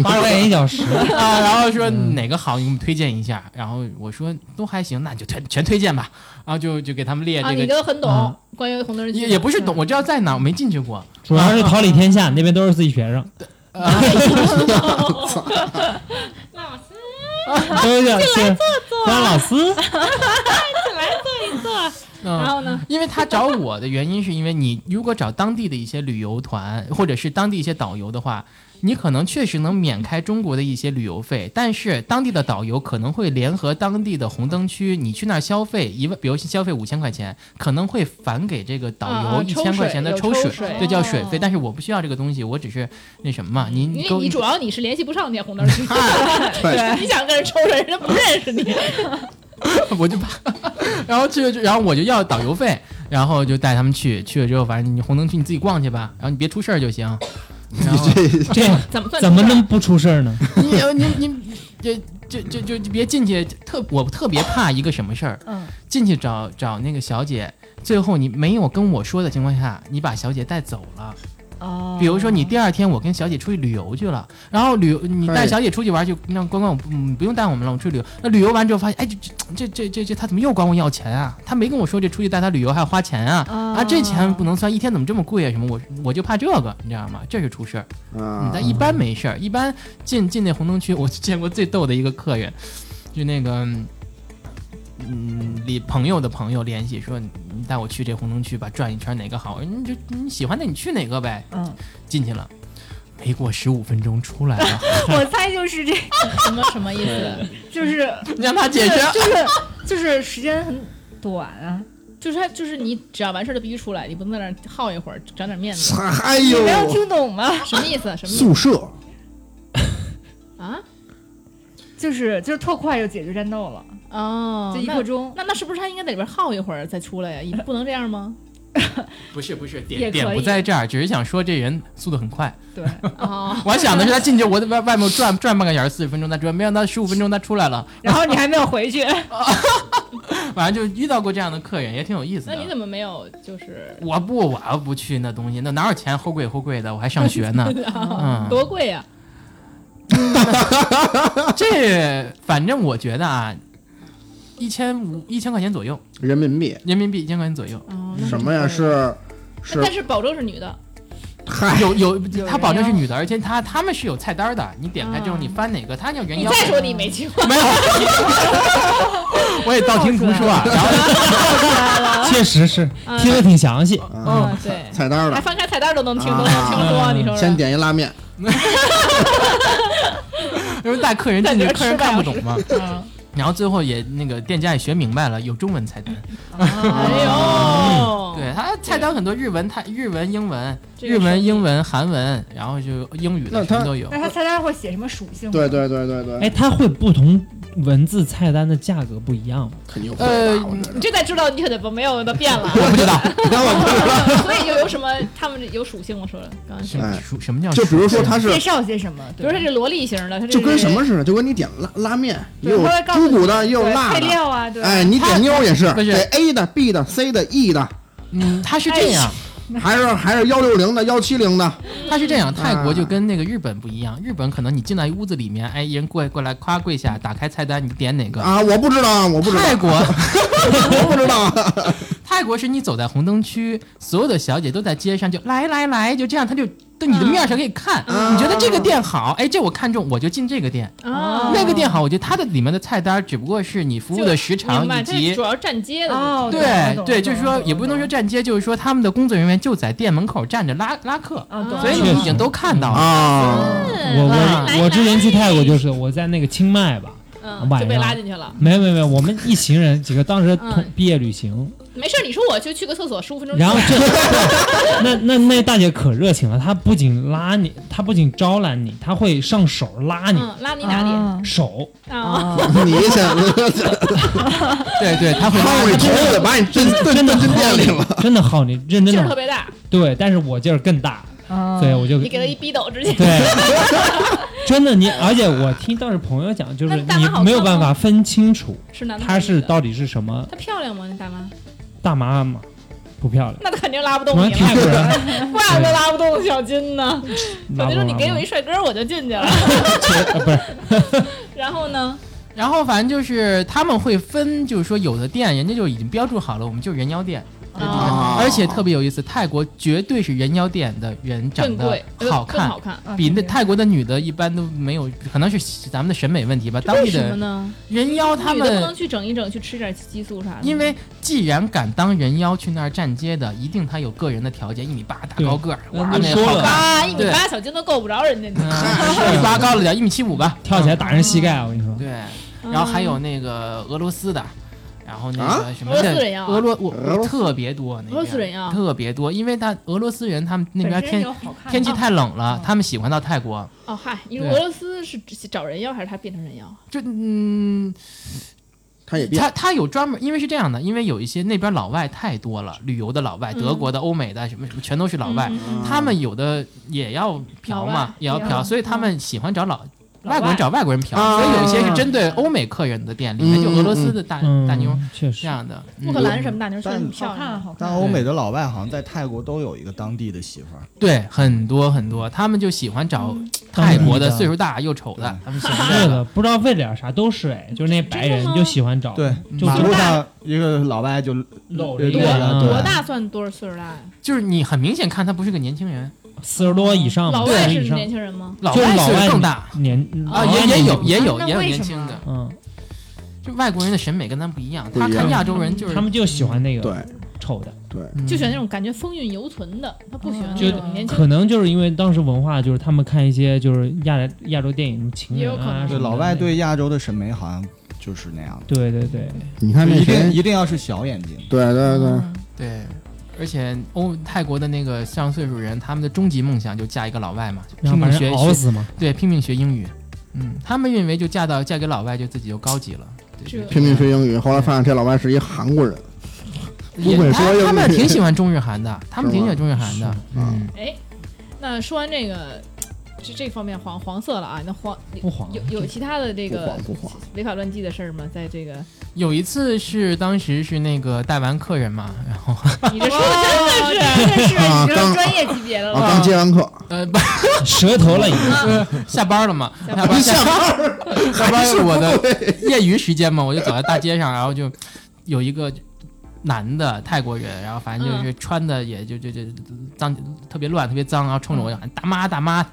G: 八十块钱一小时，
D: 啊，然后说哪个好，你给我们推荐一下，然后我说都还行，那你就全全推荐吧，然后就就给他们列
B: 啊，
D: 这
B: 你
D: 个，
B: 都很懂
G: 嗯
B: 关于红灯区
D: 也
B: 的，
D: 也不是懂，我知道在哪，我没进去过，
G: 主要是桃李天下，那边都是自己学生，
B: 老师啊
G: 都是是关老师，
B: 来坐一坐。
D: 嗯
B: 然。后呢？
D: 因为他找我的原因是因为你如果找当地的一些旅游团或者是当地一些导游的话，你可能确实能免开中国的一些旅游费，但是当地的导游可能会联合当地的红灯区，你去那儿消费一万，比如消费五千块钱，可能会返给这个
B: 啊
D: 导
B: 啊
D: 游一千块钱的
B: 抽水
D: 水
B: 有抽，水
D: 这叫水费。但是我不需要这个东西，我只是那什么嘛，你
B: 因
D: 给
B: 为
D: 我
B: 你主要你是联系不上那些红灯区，
F: 对，
B: 你想跟人抽人，人家不认识你。
D: 我就怕，然后去了之，然后我就要导游费，然后就带他们去，去了之后，反正你红灯区你自己逛去吧，然后你别出事儿就行。然后
G: 这样
B: 怎么算
G: 怎么能不出事儿呢？
D: 你呃你你这这这就就别进去，特我特别怕一个什么事儿，
E: 嗯，
D: 进去找找那个小姐，最后你没有跟我说的情况下，你把小姐带走了。
E: 哦
D: 比如说你第二天我跟小姐出去旅游去了，然后旅游你带小姐出去玩就那关关我不嗯不用带我们了，我出去旅游。那旅游完之后发现，哎这这这这这他怎么又管我要钱啊？他没跟我说这出去带他旅游还要花钱啊
E: 哦
D: 啊这钱不能算，一天怎么这么贵啊什么？我我就怕这个，你知道吗？这是出事儿。嗯
F: 啊，
D: 但一般没事儿。一般进进那红灯区，我 见过最逗的一个客人，就那个，嗯，你朋友的朋友联系说，你带我去这红灯区吧，转一圈哪个好，你就你喜欢的你去哪个呗。
E: 嗯，
D: 进去了，没过十五分钟出来了，
E: 我猜就是这，
B: 什么什么 意思？
E: 就是
D: 你让他解 释。
E: 就是就是时间很短啊，
B: 就是他就是你只要完事儿就必须出来，你不能在那儿耗一会儿，长点面 子。
F: 哎
E: 你
F: 呦
E: 没，有听懂吗？
B: 什么意思？什么意思
F: 宿舍
B: 啊？
E: 就是就是特快就解决战斗了，
B: 哦，
E: 就一
B: 那
E: 刻钟。
B: 那那是不是他应该在里边耗一会儿再出来 呀？也不能这样吗？
D: 不是不是，点
E: 也可以
D: 点不在这儿，只是想说这人速度很快。
E: 对，
B: 哦，
D: 我还想的是他进去，我在外外面转转半个小时，四十分钟再出来，没想到十五分钟他出来了。
E: 然后你还没有回去，
D: 反正就遇到过这样的客人，也挺有意思
B: 那
D: 的。
B: 你怎么没有就是
D: 我不，我要不去那东西，那哪有钱齁贵齁贵的，我还上学 呢。嗯，
B: 哦多贵呀？
D: 这反正我觉得啊，一千五一千块钱左右，
F: 人民币
D: 人民币一千块钱左右，
B: 哦，那
F: 什么呀？是是
B: 但是保证是女的，
F: 嗨，
D: 有有
E: 人
D: 他保证是
E: 要
D: 女的，而且他他们是有菜单的，你点开之后
B: 啊
D: 你翻哪个，他叫原
B: 你
D: 妖。
B: 再说你没去过，
D: 没有，我也道听途说啊。然后
G: 确实是
B: 嗯
G: 听得挺详细，
F: 嗯，
B: 对，
F: 菜单
B: 还
F: 的，
B: 翻开菜单都能听都能
F: 啊
B: 听说，你说
F: 先
B: 说。
F: 点一拉面，
D: 因为带客人进去，客人看不懂嘛。
B: 嗯
D: 然后最后也那个店家也学明白了，有中文菜单。
B: 哎呦，
G: 嗯
D: 对，它菜单很多日文、泰日文、英文、
B: 哦这个
D: 日
B: 是哎
D: 文、英文、韩文，然后就英语的
F: 那
D: 什么
F: 它
D: 都有
E: 那。他菜单会写什么属性？
F: 对，对对对对，
G: 哎，它会不同文字菜单的价格不一样吗？
F: 肯定会
D: 呃
F: 吧？我觉
B: 你
F: 得
B: 这才知道你可得没有的变 了，
D: 我不知道
B: 所以就有什么他们有属性，我说的刚刚
D: 什
B: 说，
D: 么
F: 哎
D: 属什么叫
F: 就比如说
D: 属性
F: 它是
E: 介绍些什么？
B: 比
E: 对
B: 如说这萝莉型的，它这
F: 就跟
B: 是
F: 什么似的，就跟你点拉拉面，也
E: 对
F: 有
E: 他会告诉
F: 猪
E: 你
F: 骨的，也有
E: 对
F: 辣
E: 配
F: 的。
E: 料啊，对，
F: 哎，你点妞也是，
D: 不是
F: 给 A 的、B 的、C 的、E 的，
D: 嗯，它是这
B: 哎
D: 样，
F: 还是还是幺六零的、幺七零的，
D: 它是这样。泰国
F: 嗯
D: 就跟那个日本不一样，日本可能你进到一屋子里面，哎，一人过来过来，夸跪下，打开菜单，你点哪个？
F: 啊，我不知道，我不知道，
D: 泰国，
F: 我不知道，啊
D: 泰国是你走在红灯区，所有的小姐都在街上就来来来，就这样，她就对你的面上可以看，
F: 嗯
D: 你觉得这个店好，哎，这我看中，我就进这个店。
B: 啊，
D: 那个店好，我觉得它的里面的菜单只不过是你服务的时长
B: 明白，
D: 以
B: 这
D: 及
B: 主要是站街的，
E: 哦，
D: 对对，
E: 对，
D: 就是说也不能说站街，就是说他们的工作人员就在店门口站着拉拉客，
E: 啊，懂
D: 所以
G: 哦
D: 你已经都看
G: 嗯
D: 到了。
F: 啊，
B: 嗯
G: 我我我之前去泰国就是我在那个清迈吧，
B: 嗯，
G: 晚
B: 就被
G: 上
B: 拉进去了。
G: 没有没有没有，我们一行人几个当时
B: 嗯
G: 同毕业旅行，
B: 没事儿，你说我就去个厕所，十五分钟。
G: 然后 这，那那那大姐可热情了，她不仅拉你，她不仅招揽你，她会上手拉你、哦
B: 嗯，拉你哪里？
G: 手，
B: 啊，
E: 啊？
C: 哦
F: 你想，
D: 对对，他会
F: 掏你头发得把你震震
G: 真的
F: 震
G: 好
F: 店里了。
G: 真的好，你认真
B: 劲儿特
G: 的
B: 别大，
G: 对，但是我劲儿更大，
E: 啊
G: 所以我就嗯
B: 你给他一逼斗直 接。
G: 对，真的你，而且我听当时朋友讲，就是
B: 那大妈
G: 你
B: 好看
G: 没有
B: 吗
G: 办法分清楚
B: 是男的还
G: 她是
B: 女的
G: 到底是什么
B: 她漂亮吗？那大妈？
G: 大妈嘛，不漂亮，
B: 那她肯定拉不
G: 什
B: 动
G: 么
B: 你了，
G: 泰 国人，
B: 不然都拉不动小金呢。小
G: 拉
B: 金说：“你
G: 不拉
B: 给
G: 不
B: 我一帅哥，我就进 去了。
D: 呃
G: 啊不是，”
B: 然后呢？
D: 然后反正就是他们会分，就是说有的店人家就已经标注好了，我们就人妖店，
B: 啊，
G: 哦
F: 啊
D: 而且特别有意思，泰国绝对是人妖店的人长
B: 更
D: 得
B: 贵，呃
D: 好
B: 更
D: 看
B: 好，看。
D: 比那
E: 肯定
D: 泰国的女的一般都没有，可能是咱们的审美问题吧。当
B: 为
D: 地
B: 什么
D: 的
B: 呢？
D: 人妖他
B: 女的不
D: 们
B: 能去整一整，去吃点激素啥的吗？
D: 因为既然敢当人妖去那儿站街的，一定他有个人的条件，一米八大高个儿，
G: 对
D: 哇，
G: 那
D: 那
G: 说
D: 好
G: 了
D: 看，
B: 啊，一米
D: 对
B: 八小金都够不着人家。
D: 嗯一米八高了点，一米七五吧，嗯
G: 跳起来打人膝盖，我跟你
B: 嗯
G: 说，
D: 对，然后还有那个俄罗斯的，然后那个什么
B: 俄罗
D: 的，
B: 斯人呀
D: 俄罗我
F: 啊俄罗斯
D: 特别多，那
B: 俄罗斯
D: 边
B: 人呀
D: 特别多，因为他俄罗斯人他们那边
E: 本身
D: 天
E: 有好看的
D: 天气太冷
B: 嗯
D: 了
E: 哦，
D: 他们喜欢到泰国，
B: 哦嗨，你说
D: 对
B: 俄罗斯是只找人妖还是他变成人妖？
D: 就嗯，
F: 他也变
D: 他他有专门，因为是这样的，因为有一些那边老外太多了，旅游的老外，德国的、欧美的什么什么全都是老外，
B: 嗯
D: 他们有的也要嫖
B: 老外嗯
D: 嘛，也要
E: 也
D: 嫖，
E: 要
D: 所以他们喜欢找老。
B: 老
D: 外国人
B: 外
D: 找外国人嫖，
F: 啊
D: 所以有一些是针对欧美客人的店，里面就俄罗斯的大
G: 嗯，
D: 大妞，
G: 确
D: 这
G: 实，
D: 样的。
B: 嗯乌克兰什么大妞全
C: 但
B: 很
E: 嗯好
B: 漂
E: 看，啊
B: 亮，
E: 好
C: 但
F: 哦
E: 看。
C: 欧美的老外好像在泰国都有一个当地的媳妇儿，
D: 对，很多很多，他们就喜欢找
G: 嗯
B: 嗯
D: 泰国的岁数大又丑的，他们喜欢
G: 是
D: 这 个。
G: 的，不知道为点啥都是哎，就是那白人
B: 嗯真的吗
G: 就喜欢找，
C: 对，
G: 就
C: 马路
G: 就
C: 上一个老外就
G: 搂着
C: 对
G: 一个
C: 对
G: 人，
E: 嗯
C: 啊
B: 多
C: 对
B: 大算多少岁数大呀？
D: 就是你很明显看他不是个年轻人，
G: 嗯四十多以
D: 嗯
G: 上吧，
B: 老
G: 四
B: 外
G: 十
B: 是
G: 以上，
B: 年轻人吗？
D: 老
G: 就是
D: 外
G: 老
D: 岁
G: 外
D: 数更大
G: 年
D: 啊，
G: 老外
D: 也也
G: 年
D: 有也有
E: 那
D: 也有
E: 为
D: 年
E: 什
D: 轻
E: 么
D: 的，
G: 嗯，
D: 就外国人的审美跟咱不一样，
F: 不一
D: 他
F: 样
D: 看亚洲人就是
G: 他们就喜欢那
F: 对
G: 个丑的，
D: 嗯
B: 就喜欢那种感觉风韵犹存的，他
E: 嗯
B: 不喜欢那
G: 就
B: 种年轻
G: 可能就是因为当时文化，就是他们看一些就是亚亚洲电影，什么情
B: 也
G: 人
B: 有可
G: 啊
B: 能
C: 对
G: 什么的那个，
C: 呃老外对亚洲的审美好像就是那样的，
G: 对对对，
F: 你看
C: 就
F: 那
C: 一定
F: 谁，
C: 一定要是小眼睛。
F: 对对对，
B: 嗯
D: 对，而且欧泰国的那个上岁数人，他们的终极梦想就嫁一个老外嘛，就
G: 然
D: 拼
G: 后把
D: 命学
G: 人熬
D: 学
G: 死嘛，
D: 对，拼命学英语。嗯，他们认为就嫁到嫁给老外就自己就高级了，
B: 这
D: 对
F: 拼命学英
B: 嗯
F: 语，后来发现这老外是一韩国人，
D: 也
F: 不会说
D: 他
F: 英语
D: 他们挺喜欢中日韩的，他们挺喜欢中日韩的
G: 是吗。
D: 嗯，
B: 哎，那说完这个这这方面黄黄色了啊，那黄
G: 不黄
B: 有有其他的这
F: 不
B: 个
F: 黄不黄，
B: 违法乱纪的事儿吗？在这个
D: 有一次是当时是那个带完客人嘛，然后
B: 你这说的哦真的是，
E: 这是
F: 啊
E: 你这
F: 刚哦
E: 是专业级别的
F: 然
E: 了
F: 后。啊
B: 啊
F: 刚接完课，
D: 呃不
G: 舌头了已经。
D: 下班了嘛，
B: 下班
D: 下班
F: 下班
D: 下班是我的业余时间嘛，我就走在大街上，然后就有一个男的泰国人，然后反正
B: 嗯
D: 就是穿的也就就就脏特别乱特别脏，然后冲着我就喊大妈大妈，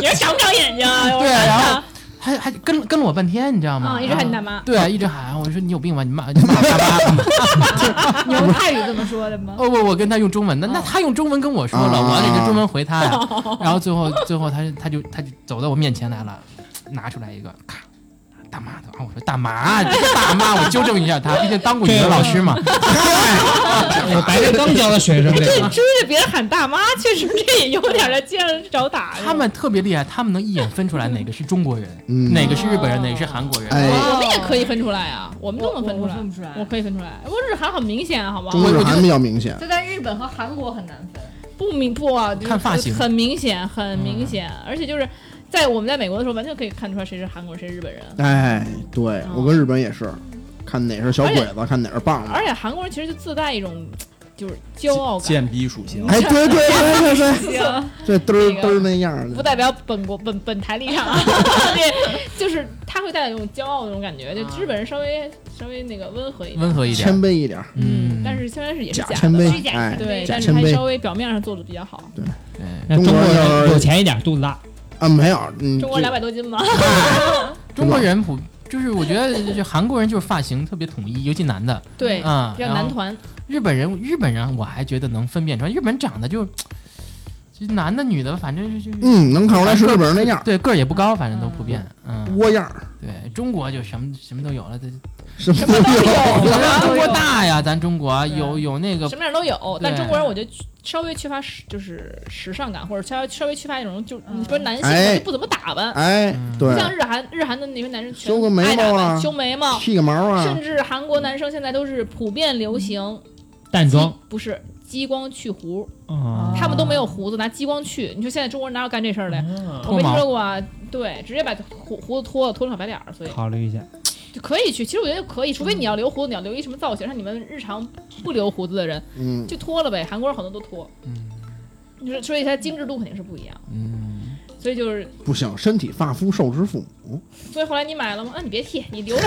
B: 你是长不长眼睛啊？
D: 对，然后嗯还还跟跟了我半天，你知道吗？
B: 啊，一直喊你大 妈，
D: 对，一直喊，我说你有病吧，你骂你骂我大妈。
E: 你用泰语这么说的吗？
D: 哦不，我跟他用中文的，那他用中文跟我说了，
F: 啊
D: 我得用中文回 他呀。然后最后最后他就他就他就走到我面前来了，拿出来一个，咔，大妈的啊！我说大妈， 这个大妈，我纠正一 下他，毕竟当过语文老师嘛。
G: 我哎白天刚教的学生这
B: 这
C: 啊
G: 个，
B: 追着别人喊大妈，确实这也有点儿在街上找打。
D: 他们特别厉害，他们能一眼分出来哪个是中国人，
F: 嗯
D: 哪个是日本人，哪个是韩国人。
F: 哎，
B: 我们也可以分出来啊，我们都能分出
E: 我
B: 来，
E: 分不出来
B: 我可以分出来，我日韩很明显，啊好不好？
F: 中日韩比较明显，
E: 就在日本和韩国很难分。
B: 不明不啊，就是
D: 看发型
B: 很明显，很明显，而且就是在我们在美国的时候，完全可以看出来谁是韩国人，谁是日本人。
F: 哎，对我跟日本也是，看哪是小鬼子，看哪是棒子，
B: 哦而且韩国人其实就自带一种就是骄傲感，
C: 贱逼属性，
F: 哎，对对对对对，这嘚儿嘚儿那样
B: 不
F: 的，
B: 代表本国本本台立场啊。对，就是他会带来一种骄傲的那种感觉，就
D: 啊
B: 日本人稍微稍微那个温和一点，
D: 温和一点
F: 谦，卑一点，
B: 嗯，但是虽然是也是
F: 假
B: 假
F: 谦
B: 的吧，
F: 卑，哎，
B: 对，
F: 假
B: 但是
F: 谦
B: 他
F: 卑
B: 稍微表面上做的比较好。
D: 对
G: 那中国
F: 中国人
G: 人有钱一点，肚子大，
F: 啊，没有，嗯，
B: 中国两百多斤嘛，
D: 中国人普就是我觉得就韩国人就是发型特别统一，尤其男的，
B: 对，
D: 嗯，
B: 比较
D: 然后
B: 男团。
D: 日本人，日本人我还觉得能分辨出来，日本长得就就男的女的，反正就就
F: 嗯，能看出来是日本人那样儿，
D: 对个儿也不高，反正都普遍。嗯，
F: 窝样儿，
D: 对中国就什么什么都有了，这
F: 什么都有。
D: 咱中国大呀，咱中国啊有有那个
B: 什么样都有，但
D: 对
B: 中国人我觉得稍微缺乏时就是时尚感，或者稍微稍微缺乏那种就
E: 嗯
B: 你说男性
F: 哎
B: 他就不怎么打扮，
F: 哎，
D: 嗯
F: 对
B: 不，像日韩日韩的那些男生全
F: 修个眉毛啊
B: 爱打扮，修眉毛，
F: 剃个毛啊
B: 甚，至韩国男生现在都是普遍
D: 嗯
B: 流行
G: 淡妆
B: 不是激光去胡，
G: 啊，
B: 他们都没有胡子，拿激光去。你说现在中国人哪有干这事儿的呀？
G: 啊
D: 嗯
B: 我没听说过啊，对，直接把胡胡子脱了，脱成小白脸儿，所以
G: 考虑一下，
B: 就可以去。其实我觉得可以，除非你要留胡子，你要留一什么造型，像你们日常不留胡子的人
F: 嗯，
B: 就脱了呗。韩国人好多都脱，
D: 嗯
B: 你说，所以它精致度肯定是不一样。
D: 嗯，
B: 所以就是，
F: 不行，身体发肤受之父母，
B: 所以后来你买了吗？啊，你别剃，你留着。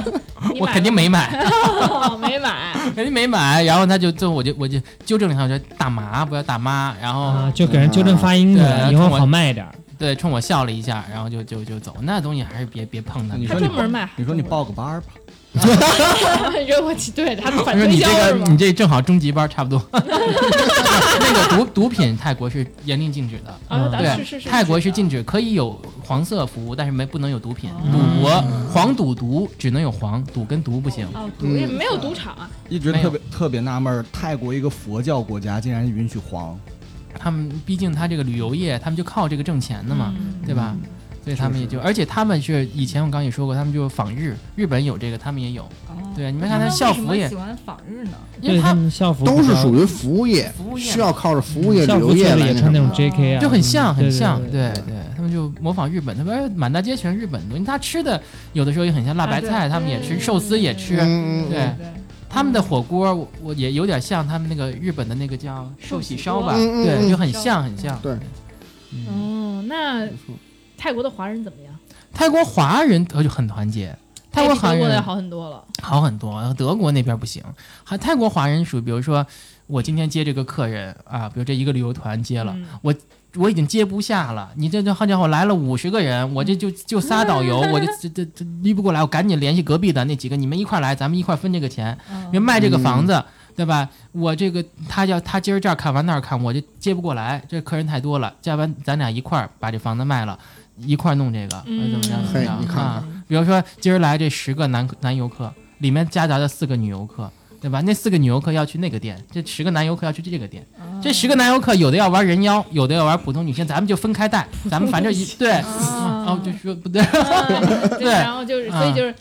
B: 你
D: 我
B: 买
D: 肯定没买，
B: 了吗没买，
D: 肯定没买。然后他就最后我就我就纠正了他，我说大麻不要大妈，然后
G: 啊，就给人纠正发音的，
D: 对
G: 以后好卖一点儿。
D: 对冲我笑了一下，然后就就就走。那东西还是别别碰它。
C: 你
B: 他
C: 说
B: 专门卖。
C: 你说你报个班儿吧，
B: 你说我去，对他
D: 他
B: 反
D: 说
B: 推
D: 你
B: 销
D: 这
B: 是
D: 个你
B: 吗？
D: 这正好中级班差不多。 那个毒毒品泰国是严令禁止的。
B: 啊，
G: 嗯
B: 咱
D: 对，
B: 是是是，
D: 泰国是
B: 进
D: 禁止可以有黄色服务，但是没不能有毒品、
B: 嗯
D: 赌博、黄赌毒只能有黄赌跟毒不行。
B: 哦，赌
D: 嗯
B: 也没有赌场啊，
C: 一直
D: 没有
C: 特别特别纳闷儿，泰国一个佛教国家竟然允许黄，
D: 他们毕竟他这个旅游业，他们就靠这个挣钱的嘛，
B: 嗯
D: 对吧？所以他们也就，而且他们是以前我刚也说过，他们就仿日，日本有这个，他们也有。对，你们看他
E: 他们
D: 校
E: 哦为什
D: 服
E: 么
D: 也
E: 喜，欢仿日呢？
D: 因为
G: 对他
D: 他
G: 们校服
F: 都是属
G: 于
F: 于服务业，
D: 服务业
F: 需要靠着服务业、
G: 校
F: 旅
G: 服
F: 游业
G: 确实
F: 来
G: 也
F: 那什
G: 穿那
F: 么。
G: 种 JK 啊，
D: 就很
G: 嗯
D: 像，很像，
G: 对
D: 对对，他们就模仿日本，他们满大街全是日本东西，他吃的有的时候也很像辣白菜，他们也吃，寿司也吃，
F: 嗯，嗯
D: 对
E: 对对
D: 他们的火锅，我我也有点像他们那个日本的那个叫寿喜烧吧，
F: 嗯嗯嗯
D: 对，
F: 嗯
D: 就很像很像。
F: 对，
D: 嗯，
B: 哦，那泰国的华人怎么样？
D: 泰国华人呃就很团结，泰国
B: 哎比
D: 华
B: 德国的
D: 人
B: 要好很多了。
D: 好很多，德国那边不行，还泰国华人属于，比如说我今天接这个客人啊，比如这一个旅游团接了。
B: 嗯
D: 我已经接不下了，你这这好家伙来了五十个人，我这就就仨导游，我就这这这捋不过来，我赶紧联系隔壁的那几个，你们一块儿来，咱们一块儿分这个钱，
B: 哦
D: 因为卖这个
F: 嗯
D: 房子，对吧？我这个他要他今儿这儿看完那儿看，我就接不过来，这客人太多了，要不然咱俩一块儿把这房子卖了，一块儿弄这个，
B: 嗯
D: 怎么样？怎么样
F: 嘿你看看
D: 啊？比如说今儿来这十个男男游客，里面夹杂着四个女游客。对吧？那四个女游客要去那个店，这十个男游客要去这个店，这十个男游客有的要玩人妖，有的要玩普通女性，咱们就分 开带，咱们反正
B: 嗯
D: 一对，然后
B: 啊
D: 就说 不哦对，
B: 啊 对，
D: 对
B: 然后就是，所以
D: 啊
B: 就是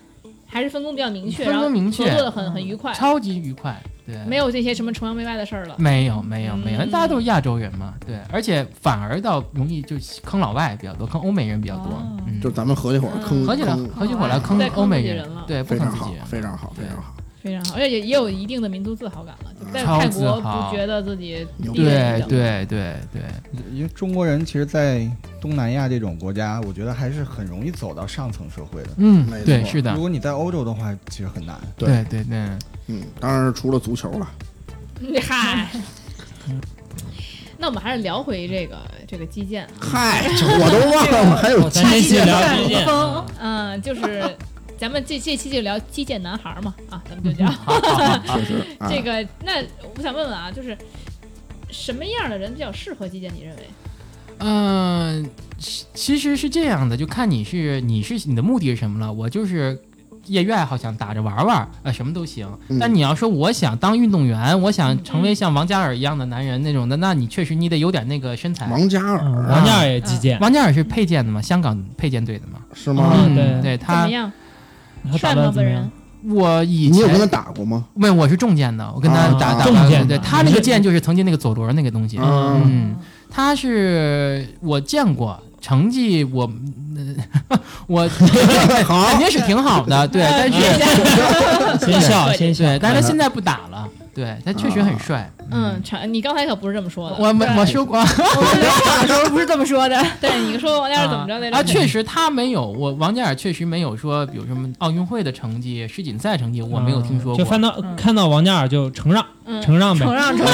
B: 还是分工比较明确，
D: 分
B: 然
D: 工
B: 后
D: 明确
B: 合作的很很愉快，
D: 超级愉快，对，
B: 没有这些什么崇洋媚外的事儿了。
D: 没有没有
B: 嗯
D: 没有，大家都是亚洲人嘛，对，而且反而倒容易就坑老外比较多，坑欧美人比较多
E: 哦，
D: 嗯，
F: 就是咱们合起伙儿坑，
D: 合起来
F: 坑
D: 合起伙来
B: 不
D: 坑
B: 再坑
D: 欧美
B: 自己
D: 人
B: 人了，
D: 对，不
F: 非
D: 坑
F: 常
D: 自
F: 好
D: 己人，，啊
F: 非常好，非
D: 对
F: 常好。
B: 非常好，而且也也有一定的民族自豪感了，就在
D: 嗯超
B: 泰
D: 自
B: 国
D: 豪
B: 不觉得自己
F: 牛
B: 低
F: 逼
B: 人
D: 对
B: 一等。
D: 对对对，
C: 因为中国人其实，在东南亚这种国家，我觉得还是很容易走到上层社会的。
D: 嗯
F: 没，
D: 对，
F: 错
D: 是
G: 啊
D: 的
C: 如，果你在欧洲的话，其实很难。
D: 对对对，
F: 嗯，当然是除了足球了，
B: 嗨，
D: 嗯
B: 那我们还是聊回这个这个击剑啊，
F: 嗨，我都忘了还有
G: 咱这
F: 击
G: 期
F: 剑，
G: 聊基建，
B: 嗯，就是 咱们这这期就聊击剑男孩嘛，啊，咱们就聊
F: 确实啊，
D: 嗯
B: 这个。那我想问问啊，就是什么样的人比较适合击剑？你认为？
D: 嗯，其其实是这样的，就看你是你是你的目的是什么了。我就是业余爱好，想打着玩玩，呃，什么都行
F: 嗯。
D: 但你要说我想当运动员，我想成为像王嘉尔一样的男人那种的，那你确实你得有点那个身材。
F: 王嘉
G: 嗯
F: 尔
G: 王嘉尔也基建，
D: 王嘉尔是佩剑的嘛，香港佩剑队的嘛。
F: 是吗？
G: 嗯
D: 嗯，
G: 对
D: 对
B: 怎
D: 他
B: 么，样？
G: 他打
B: 帅吗
G: 扮怎
B: 本
G: 么
B: 人
G: 样？？
D: 我以
F: 你有跟他
D: 前
F: 打过吗？
D: 问我是重剑的，我跟他
F: 啊
D: 打打
G: 重
D: 过
G: 剑的
D: 对他那个剑就是曾经那个佐罗那个东西。
F: 嗯
D: 嗯，他是我见过，成绩我、呃 我 肯定是挺好的，对，
B: 呃
D: 但是
G: 先笑，
B: 对
G: 先笑。
D: 对，但是他现在不打了，对他确实很帅。
B: 嗯，长你刚才可不是这么说的，
D: 我没我说过
E: 小时候不是这么说 的，
D: 哦
B: 对你说王嘉尔怎么着那
D: 啊，确实他没有我王嘉尔确实没有说，比如什么奥运会的成绩、世锦赛成绩，我没有听说
G: 就翻
D: 过。
G: 到
E: 嗯
G: 看到王嘉尔就承让，
B: 嗯
G: 承让呗
E: 承。让承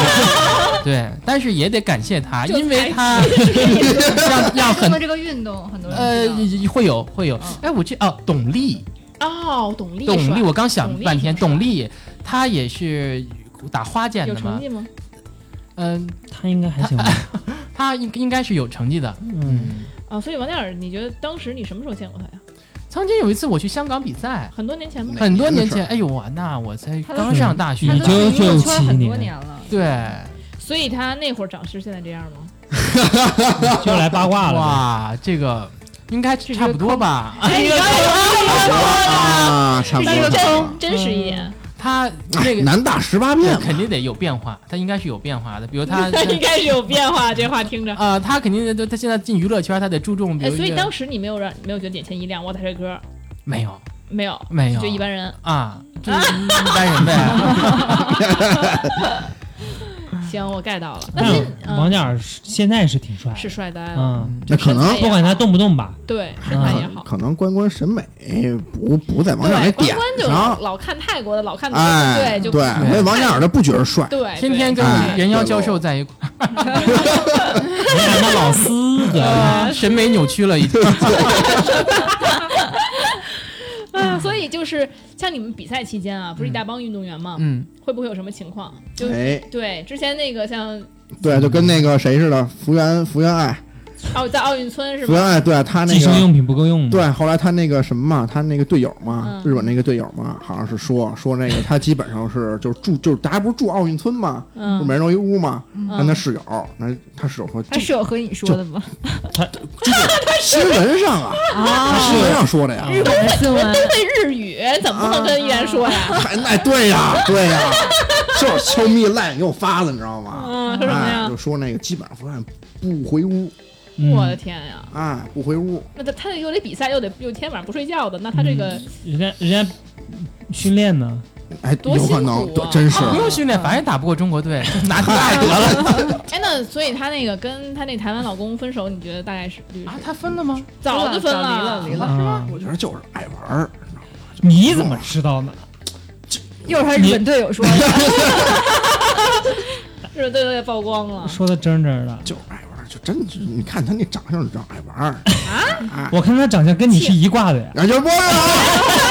D: 对，但是也得感谢他，
B: 就
D: 因为他 让让
E: 让
D: 很
E: 过这个运动，很多
D: 呃
E: 人知道
D: 会有会有。哎，我这哦，董丽。
B: 哦，董力，
D: 董力，我刚想
B: 董力
D: 半天，
B: 挺帅
D: 董力他也是打花剑
B: 有
D: 的
B: 成
D: 嘛，
B: 绩吗？
D: 嗯，
G: 他应该还行吧？
D: 他应应该是有成绩的。
G: 嗯，
B: 啊，所以王嘉尔，你觉得当时你什么时候见过他呀？
D: 曾经有一次我去香港比赛，
B: 很多年前吗？
D: 很多年前，哎呦我那我才
E: 他都
D: 刚上大学
E: 他，
G: 你
E: 都
G: 就
E: 是娱乐
G: 97
E: 圈很多
G: 年
E: 年了，
D: 对，
B: 所以他那会儿长是现在这样 吗？
G: 就来八卦了。
D: 哇，这个应该差不多吧？啊
B: 哎，你刚才
D: 哎
B: 有
F: 啊，差不
B: 这
F: 多
B: 个
F: 差不
B: 哎真
F: 多。
B: 真实一点，
D: 他那个
F: 南大十八变嘛，
D: 肯定得有变化，他应该是有变化的，比如嗯他
B: 应该是有变化。这话听着，
D: 啊，他肯定他他现在进娱乐圈，他得注重，比
B: 哎，
D: 如
B: 所以
D: 一个
B: 当时你没有让没有觉得眼前一亮，我打这歌
D: 没有
B: 没有，
D: 没有
B: 就一般人。
D: 啊，就是一般人呗。嗯
B: 行，我 get 到了。那
G: 但
B: 现
G: 王
B: 嗯
G: 嘉尔是现在是挺帅的，
B: 是帅哦呆了，
G: 嗯，
F: 那可能
G: 不管他动不动吧，
B: 对，身材也
D: 嗯
F: 可
B: 好。
F: 可能关关审美不不在王
B: 对，
F: 嘉尔那
B: 关
F: 点
B: 关就
F: 上
B: 老，老看泰国的，老看
F: 哎，
B: 对，
F: 对，
B: 就
F: 那王嘉尔他不觉得帅，
B: 对，
D: 天天
B: 对
D: 跟
G: 哎
D: 人妖教授在一块
G: 你俩那老四个，
B: 呃
D: 儿，审美扭曲了已经。
B: 啊，所以就是像你们比赛期间啊，不是一大帮运动员嘛，
D: 嗯，
B: 会不会有什么情况？就
F: 哎，
B: 对，之前那个像
F: 对，就跟那个谁似的，福原福原爱，
B: 奥在奥运村是
F: 福原
B: 吧？
F: 爱，对他那
G: 计生
F: 个。
G: 用品不够用嘛。
F: 对，后来他那个什么嘛，他那个队友嘛，
B: 嗯
F: 日本那个队友嘛，好像是说说那个他基本上是就是住就是大家不是住奥运村嘛，不是
B: 嗯，
F: 每人有一屋嘛，
B: 嗯
F: 跟他室友，那他室友说
E: 他
F: 这
E: 是有和你说的吗？
F: 新闻上啊，他新闻上说的
B: 嗯
F: 呀，
E: 哦本的 新闻，
B: 都会日语，怎么不能跟依然说呀？
F: 还哎那对 呀对呀，就是敲蜜赖给我发的，你知道吗？
B: 嗯，说什么
F: 哎，
B: 呀
F: 就？说那个基本上福原爱不回屋，
G: 嗯，
B: 我的天呀！
F: 哎，不回屋，
B: 那他他又得比赛，又得又天晚上不睡觉
G: 嗯
B: 的，那他这个
G: 人家人家训练呢，
F: 哎，
B: 多
F: 有可能
B: 辛，苦
F: 对
B: 啊
F: 真是
B: 啊
D: 不用训练，反正打不过中国队，拿第二得了。
B: 哎，那所以她那个跟她那台湾老公分手，你觉得大概是率是
D: 啊，他分了吗？
B: 早就分
E: 早离
B: 了，
E: 了离了
G: 啊，
F: 我觉得就是爱玩儿，
G: 你怎么知道呢？
E: 又是他日本队友说的，
B: 是吧对对对，曝光 了。
G: 说的真真的。
F: 就是爱玩儿，就真是你看他那长相，你知道爱玩儿，
G: 我看他长相跟你是一挂的呀，
F: 那就不是啊，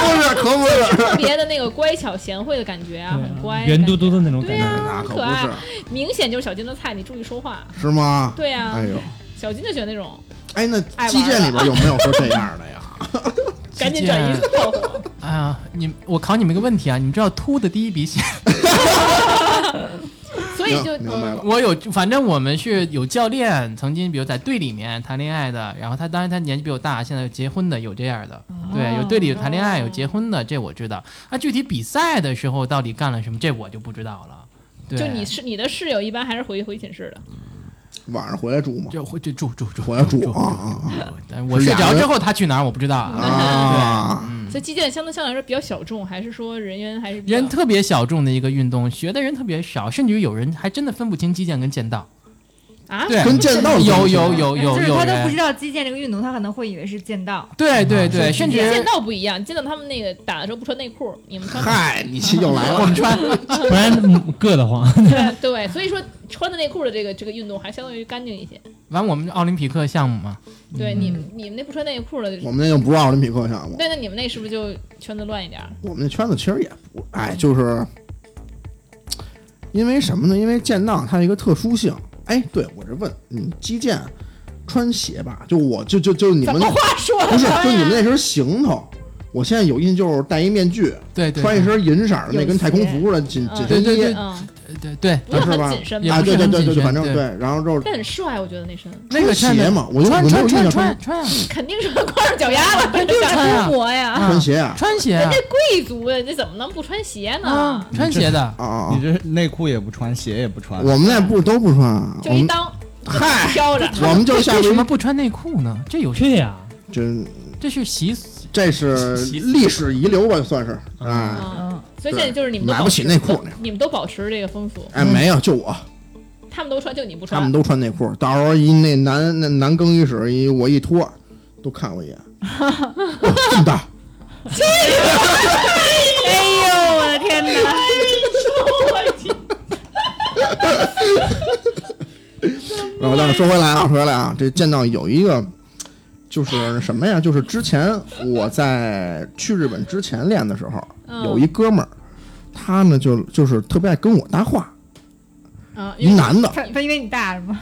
F: 不是，可 不是，
B: 特别的那个乖巧贤惠的感觉啊，很
G: 对啊
B: 乖，
G: 圆嘟嘟的那种感
B: 对哎呀
G: 觉。
F: 那可
B: 可
F: 不
B: 爱
F: 是，
B: 明显就是小金的菜，你注意说话。
F: 是吗？
B: 对呀、
F: 哎呦，
B: 小金就喜欢那种，
F: 哎，那
B: 爱玩儿
F: 击剑里边有没有说这样的呀？
B: 赶紧转移炮火。
D: 哎呀，你我考你们一个问题啊，你们知道秃的第 一笔写？
B: 所以就
F: 明白了
D: 我有，反正我们是有教练曾经，比如在队里面谈恋爱的，然后他当然他年纪比我大，现在有结婚的，有这样的，
B: 哦
D: 对，有队里有谈恋爱有结婚的，这我知道。那具体比赛的时候到底干了什么，这我就不知道了。对，
B: 就你是你的室友一般还是回回寝室的，
F: 晚上回来住吗？
D: 就会就住住住，
F: 回来住
D: 住，
F: 啊
D: 但是我睡着之后他去哪儿我不知道
F: 啊
D: 啊。
F: 啊！
B: 所以击剑相对相对来说比较小众，还是说人员还是比较
D: 嗯人特别小众的一个运动，学的人特别少，甚至于有人还真的分不清击剑跟剑道。
B: 啊？
D: 对，
F: 跟剑道
D: 有有
F: 有
D: 有
F: 哎
D: 有
E: 就是
D: 有
E: 他都不知
D: 人，
E: 道击剑这个运动，他可能会以为是剑道。
D: 对对
F: 啊
D: 对，甚至
B: 剑道不一样，剑道他们那个打的时候不穿内裤，你 们穿
F: 嗨，你气又来了，
D: 穿
G: 不然嗯硌得 慌。
B: 对对，所以说穿的内裤的这个这个运动还相对于干净一些。
D: 完我们奥林匹克项目嘛，
B: 对，你们你们那不穿内裤的，
F: 我们那就不是奥林匹克项目，
B: 对，那你们那是不是就圈子乱一点儿？
F: 我们那圈子其实也不，哎，就是因为什么呢？因为剑道它有一个特殊性。哎，对我这问你，击剑穿鞋吧？就我就就就你们那
B: 话说
F: 不
D: 哎
F: 是，就你们那身行头。我现在有印就是戴一面具，
D: 对对，
F: 穿一身银色儿的那
E: 有
F: 跟太空
E: 鞋
F: 服似的紧紧
D: 对
F: 身
D: 对
F: 衣
D: 对
B: 嗯，
D: 对对，
B: 不是
F: 是
B: 很
F: 吧
B: 紧身
D: 也
B: 吧
F: 啊，？
D: 不是
F: 对对
D: 很
F: 对对，
D: 紧
F: 就反
D: 身
F: 正
D: 对
F: 对，然后之后
B: 但很帅，我觉得那身
D: 那个穿
F: 穿鞋嘛，我就我
D: 穿
F: 没有
D: 穿
F: 印象
D: 穿
F: 穿
D: 穿穿
B: 肯定是光着脚丫 子，
D: 穿呀
E: 国呀，
F: 穿鞋啊
D: 穿鞋
B: 人
D: 啊
B: 家贵族呀，这怎么能不穿鞋呢
D: 啊？，穿鞋的，
F: 啊啊！
C: 你
F: 啊
C: 这内裤也不穿，鞋也不穿，
F: 我们那不都不穿啊，
B: 就
F: 我
B: 一
F: 们
B: 裆
F: 嗨，
B: 飘 着，
F: 我们就下
D: 为什
F: 边
D: 么不穿内裤呢？这有
G: 对呀，
F: 这
D: 这是习俗，
F: 这是历史遗留吧，算是哎
B: 嗯，所以现在就是你们都
F: 买不起内裤
B: 保持，你们都保持这个风俗，
F: 哎，没有，就我，
D: 嗯
B: 他们都穿，就你不
F: 他
B: 穿
F: 们。都穿内裤，到时候一那男那男更衣室一我一脱，都看 我一眼，哇这么大，
E: 哎呦我的 天哪！
F: 然后但是说回来啊，说回来啊，这见到有一个。就是什么呀？就是之前我在去日本之前练的时候，
B: 嗯
F: 有一哥们儿，他呢就就是特别爱跟我搭话，
B: 啊，
F: 一男的，
E: 他他因为你大是吗？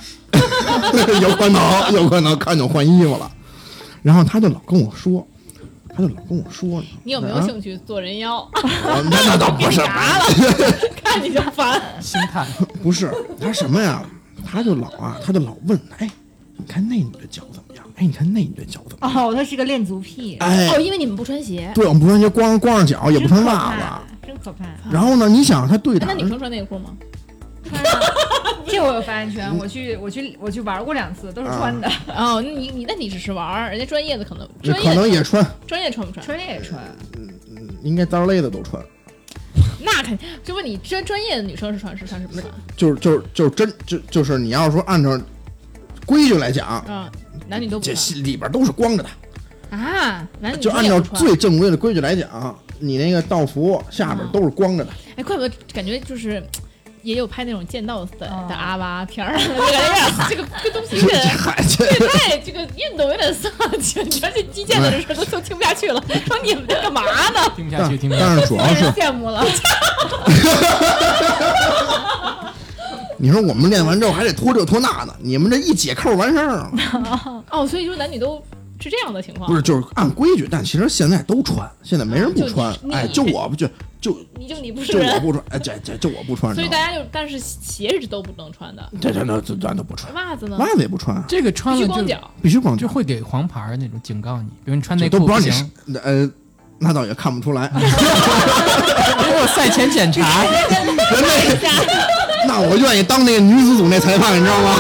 F: 有可能，有可能看见我换衣服了。然后他就老跟我说，他就老跟我说，
B: 你有没有兴趣做人妖？
F: 我 那那倒不是，
B: 看你就烦。
D: 星探，
F: 不是他什么呀？他就老啊，他就老问，哎，你看那女的脚怎么样？哎，你看那女的脚怎么样？
E: 哦，他是个恋足癖，
F: 哎，
B: 哦，因为你们不穿鞋，
F: 对，我们不穿鞋，光光着脚，也不穿袜子。
E: 子，真可怕。
F: 然后呢，你想他对
B: 哎
F: 打
B: 那女生穿内裤吗？
E: 穿啊这我有发言
F: 嗯
E: 权，我去，我去，我去玩过两次，都是穿的，
B: 哦，那你你那你只是玩儿，人家专业的可能
F: 那
B: 专业
F: 可能也穿，
B: 专业穿不穿？
E: 穿也穿。
F: 应该单勒的都穿，
B: 那肯就问你专专业的女生是穿是穿是不穿？
F: 就是就是就是真就就是你要说按照规矩来讲，
B: 嗯，男女都不
F: 这
B: 穿
F: 里边都是光着的。
B: 啊，男女
F: 就按
B: 也
F: 照
B: 不穿。
F: 最正规的规矩来讲，你那个道服下边都是光着的，
B: 哎，怪不得感觉就是。也有拍那种剑道的
E: 哦
B: 的阿巴片儿， 就感觉这个这个东西有 点
F: 海去
B: 太哎这个运动有点丧气，而且击剑的人都都听不下去了，说你们在干嘛 呢？
D: 听不下
F: 但
D: 去，听不下去。
F: 但是主要
E: 让人
F: 哦是
E: 羡慕了，
F: 你说我们练完之后还得脱这脱那的，你们这一解扣完事儿了，
B: 哦，所以说男女都是这样的情况，
F: 不是就是按规矩，但其实现在都穿，现在没人不穿
B: 哦就你，你
F: 哎，就我不就就
B: 你就你不是
F: 就我
B: 人，
F: 不穿，哎，这这就我不穿，
B: 所以
F: 你
B: 大
F: 知
B: 家
F: 道吗
B: 就但是鞋是都不能穿的，
F: 这这这咱都不穿，
B: 袜子呢
F: 袜子也不穿，
D: 这个穿
B: 必须
D: 了
B: 光
D: 就
B: 脚，
F: 必须光
D: 就
F: 脚，
D: 会给黄牌儿那种警告你，比如你穿
F: 这
D: 内
F: 都
D: 裤
F: 不知道你
D: 行，
F: 是呃，那倒也看不出来，
D: 给我赛前检查。
F: 人那那我愿意当那个女子组那裁判，你知道吗？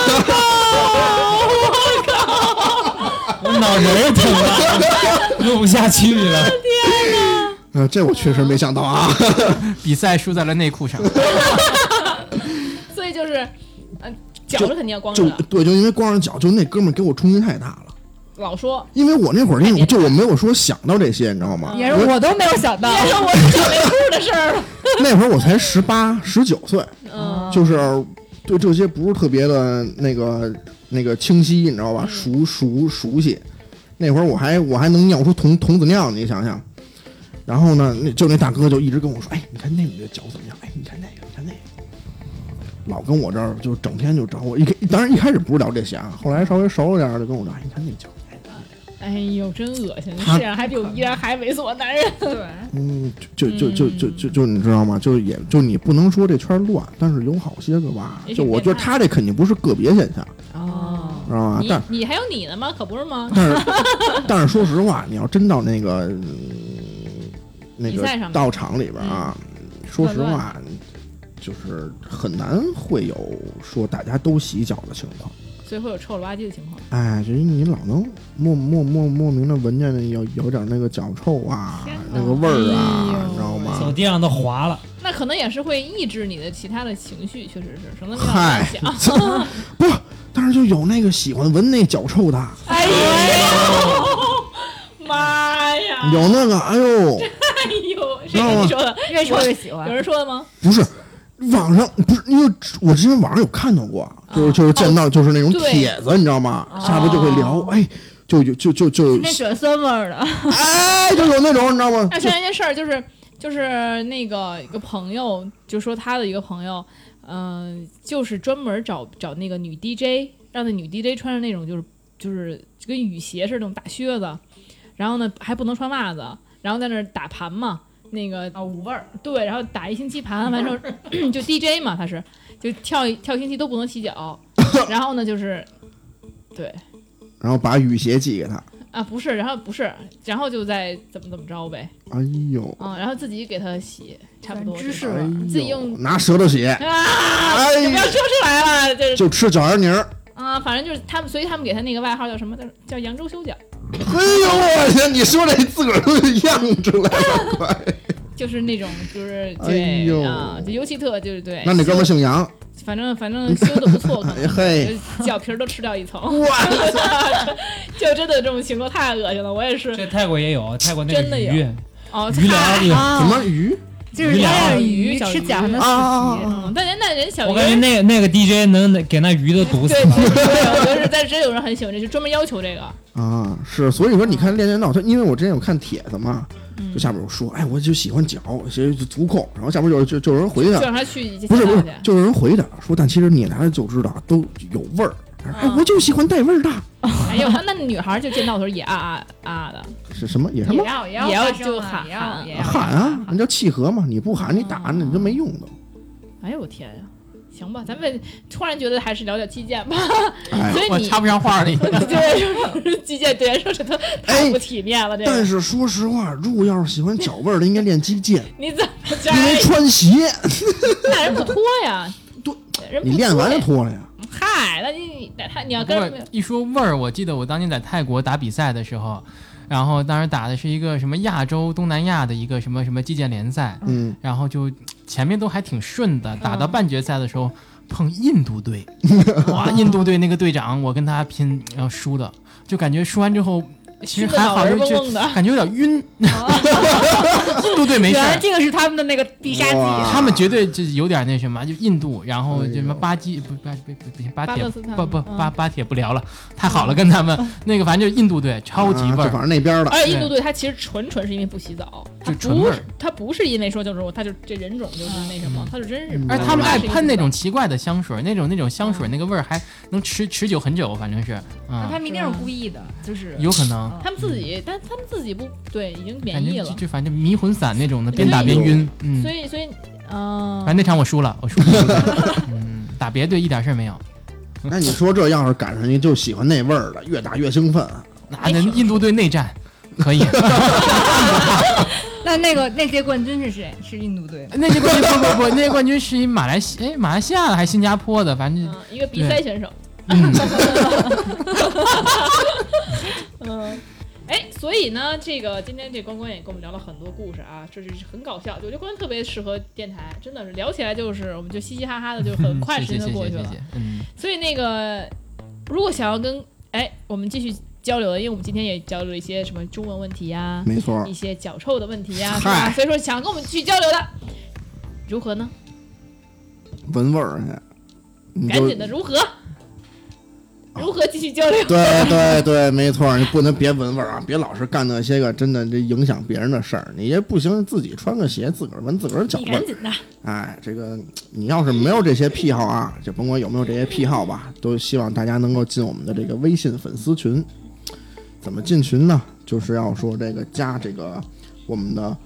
G: 我脑门儿疼了，录不下去了。
F: 嗯，这我确实没想到啊。
D: 比赛输在了内裤上，
B: 所以就是，嗯，脚
F: 就是
B: 肯定要光着
F: 就
B: 的，
F: 对，就因为光着脚，就那哥们儿给我冲击太大了。
B: 老说，
F: 因为我那会儿
B: 哎
F: 那
B: 你
F: 就我没有说想到这些，你知道吗？
E: 也是我都没有想到，
B: 别说我是脚内裤的事儿了，
F: 那会儿我才十八、十九岁，
B: 嗯，
F: 就是对这些不是特别的那个那个清晰，你
B: 嗯
F: 知道吧？熟熟熟悉。那会儿我还我还能尿出童童子尿，你想想。然后呢，那就那大哥就一直跟我说：“哎，你看那女的脚怎么样？哎，你看那个，你看那个。”老跟我这儿就整天就找我，一开当然一开始不是聊这些
B: 嗯
F: 啊，后来稍微熟了点儿就跟我说：“哎，你看那脚。”
B: 哎呦，真恶心，
F: 他
B: 世界上还有依然还猥琐男人，
E: 对，
F: 嗯，就就就就就就你知道吗？就也就你不能说这圈儿乱，但是有好些个吧
B: 也，许
F: 就我觉得
B: 变态
F: 他这肯定不是个别现象，
B: 哦，
F: 知道吗？但
B: 你你还有你呢吗？可不是吗？
F: 但是但是说实话，你要真到那个嗯那
B: 比
F: 个
B: 赛上面嗯
F: 道场里边啊，说实
B: 乱
F: 话，就是很难会有说大家都洗脚的情况。
B: 所以会有臭了吧唧的情况。
F: 哎，就是你老能莫莫莫莫名的闻见那有有点那个脚臭啊
E: 天哪，
F: 那个味儿啊
B: 哎，呦
F: 你知道吗？
G: 走地上都滑了，
B: 那可能也是会抑制你的其他的情绪，确实是，省得你老
F: 嗨
B: 想。，
F: 不，但是就有那个喜欢闻那脚臭的，
B: 哎呦，妈呀！
F: 有那个，哎呦，
B: 哎呦，谁跟你说 的？
E: 越说越喜欢
B: 有。人说的吗？
F: 不是，网上不是，因为我之前网上有看到过，就是就是见到就是那种
B: 哦对哦
F: 帖子，你知道吗？下边就会聊，哎，就有就就就，
E: 那喜欢酸味儿的，
F: 哎，就有那种，你知道吗
B: 那？说一件事儿，就是就是那个一个朋友就说他的一个朋友，嗯、就是专门找找那个女 DJ，让那女 DJ 穿着那种就是就是就跟雨鞋似的那种大靴子，然后呢还不能穿袜子，然后在那儿打盘嘛，那个啊五味儿，对，然后打一星期盘，完之后 就 DJ 嘛，他是就跳一跳星期都不能洗 脚，然后呢就是对。
F: 然后把雨鞋寄给他，
B: 啊，不是，然后不是，然后就再怎么怎么着呗，
F: 哎呦，
B: 嗯，然后自己给他洗，差不多
E: 知
B: 就
E: 识
B: 是
F: 哎
E: 了。
B: 自己
F: 呦，
B: 用
F: 拿舌头写，
B: 啊，
F: 哎
B: 就不要说出来了，就是
F: 就吃脚丫泥儿，
B: 啊，反正就是他们，所以他们给他那个外号叫什么？叫叫扬州修脚，
F: 哎呦，我去，你说这自个儿都样出来
B: 哎
F: 了，快！
B: 就是那种就是
F: 哎
B: 对
F: 呦
B: 啊，就尤其特就是对，
F: 那那哥们儿姓杨，
B: 反正反正修的不错，可
F: 哎
B: 能
F: 嘿。
B: 就脚皮儿都吃掉一层，
F: 哇
B: 就真的这种情况太恶心了，我也是
G: 这泰国也有，泰国那个
B: 真的有
G: 鱼，
B: 哦，
G: 鱼疗也有。
E: 啊
F: 哎什么鱼
E: 就是
G: 鱼
E: 它
G: 疗
E: 让鱼
B: 小
E: 吃
B: 鱼
E: 脚上的
F: 啊啊啊
B: 嗯，但人那人小
G: 我
B: 鱼
G: 感觉
B: 儿。
G: 那那个 DJ 能给那鱼都毒死
B: 对，
G: 了。
B: 对，就是，但是真有人很喜欢这，就专门要求这个。
F: 啊！是，所以说你看《练剑道》，他因为我之前有看帖子嘛，
B: 嗯
F: 就下边有说，哎，我就喜欢脚，谁就足控，然后下边就就就有人回
B: 就
F: 他，
B: 让他去一些
F: 啊不是不
B: 街道
F: 是
B: 去，
F: 就有人回他说，但其实你来了就知道都有味儿，哎，我就喜欢带味儿的，
B: 哎呦，那女孩就见到的时候也啊啊啊的，
F: 是什么也什
E: 也
F: 么
E: 要也
B: 也要
E: 要发
B: 就
E: 声啊
B: 喊
E: 也要
B: 喊
E: 也要
F: 喊啊，那叫契合嘛。你不喊，你打
B: 嗯
F: 你就没用的。
B: 哎呦我天呀、行吧，咱们突然觉得还是聊聊击剑吧。
F: 哎
B: 所以
D: 我
B: 你
D: 插不上 话了。
B: 对击剑对来说真的太不体面了，这
F: 哎但
B: 个
F: 是说实话，如果要是喜欢脚味儿的，应该练击剑，
B: 你怎么这
F: 因为
B: 样？
F: 穿鞋，
B: 那人不脱呀？
F: 对，
B: 人不
F: 你练完
B: 脱
F: 就
B: 呀
F: 脱了呀。
B: 嗨，那你你那他你要
D: 不
B: 啊跟
D: 过
B: 人
D: 一说味儿，我记得我当年在泰国打比赛的时候，然后当时打的是一个什么亚洲东南亚的一个什么什么击剑联赛，
F: 嗯，
D: 然后就前面都还挺顺的，打到
B: 嗯
D: 半决赛的时候碰印度 队，哇，印度队那个队长，我跟他拼，然后输的，就感觉输完之后。其实
B: 熏得
D: 还
B: 脑
D: 好，
B: 仁
D: 就
B: 儿嗡嗡
D: 就
B: 的 哦
D: 感觉有点晕。 印度队没事
E: 原
D: 儿
E: 来，这个是他们的那个必杀技，
F: 哇
D: 他们绝对就有点那什么，就印度，然后
F: 啊哎
D: 就
F: 呦
D: 什么巴基不巴不不不行巴
B: 巴
D: 铁
B: 勒斯坦
D: 不不
B: 嗯
D: 巴巴铁不聊了，太好了，跟他们那个反正就是印度队超级
F: 啊
D: 味
F: 就反
D: 儿，
F: 正那边儿的，
B: 而且印度队他其实纯纯是因为不洗澡，他
D: 就纯味
B: 不
D: 儿
B: 是他不是因为说就是我他就这人种就是那什么，他就真是
F: 嗯
B: 不
D: 而
B: 是因为不洗澡。
D: 哎且他们爱喷那种奇怪的香水，那种那种香水那个味儿还能持持久很久，反正是
E: 那
D: 嗯，
E: 他们一定是故意的，就是
D: 有可能
B: 他们自己，但他们自己不对，已经免
D: 感
B: 疫
D: 觉就
B: 了，
D: 就反正迷魂散那种的，
B: 所以
D: 边打边晕，嗯
B: 所，以所以嗯
D: 反正，那场我输了，我输了，嗯，打别队一点事儿没 有，
F: 那你说这要是赶上一就喜欢那味儿的，越打越 兴奋。
D: 啊那那印度队内战可以。
E: 那那个那届冠军是谁？是印度队。
D: 那届冠军不不不，那届冠军是一马来西哎马来西亚的还是新加坡的，反正
B: 嗯一个比赛选手。
D: 嗯，
B: 嗯，哎，所以呢，这个今天这关关也跟我们聊了很多故事啊，这是很搞笑，我觉得关关特别适合电台，真的是聊起来就是我们就嘻嘻哈哈的，就很 快
D: 谢
B: 时
D: 谢
B: 间
D: 谢
B: 就过
D: 谢
B: 去
D: 谢
B: 了。
D: 谢，嗯，
B: 所以那个，如果想要跟哎我们继续交流的，因为我们今天也交流了一些什么中文问题呀、
F: 没错
B: 一，些脚臭的问题呀、
F: 嗨
B: 是吧？所以说想跟我们去交流的，如何呢？
F: 闻味儿去，你
B: 赶
F: 就
B: 紧的，如何？如何继续交流？
F: 对对对，没错，你不能别闻味儿啊，别老是干那些个真的这影响别人的事儿。你也不行，自己穿个鞋，自个儿闻自个儿脚
B: 你
F: 味儿
B: 赶。紧的，
F: 哎，这个你要是没有这些癖好啊，就甭管有没有这些癖好吧，都希望大家能够进我们的这个微信粉丝群。怎么进群呢？就是要说这个加这个我们的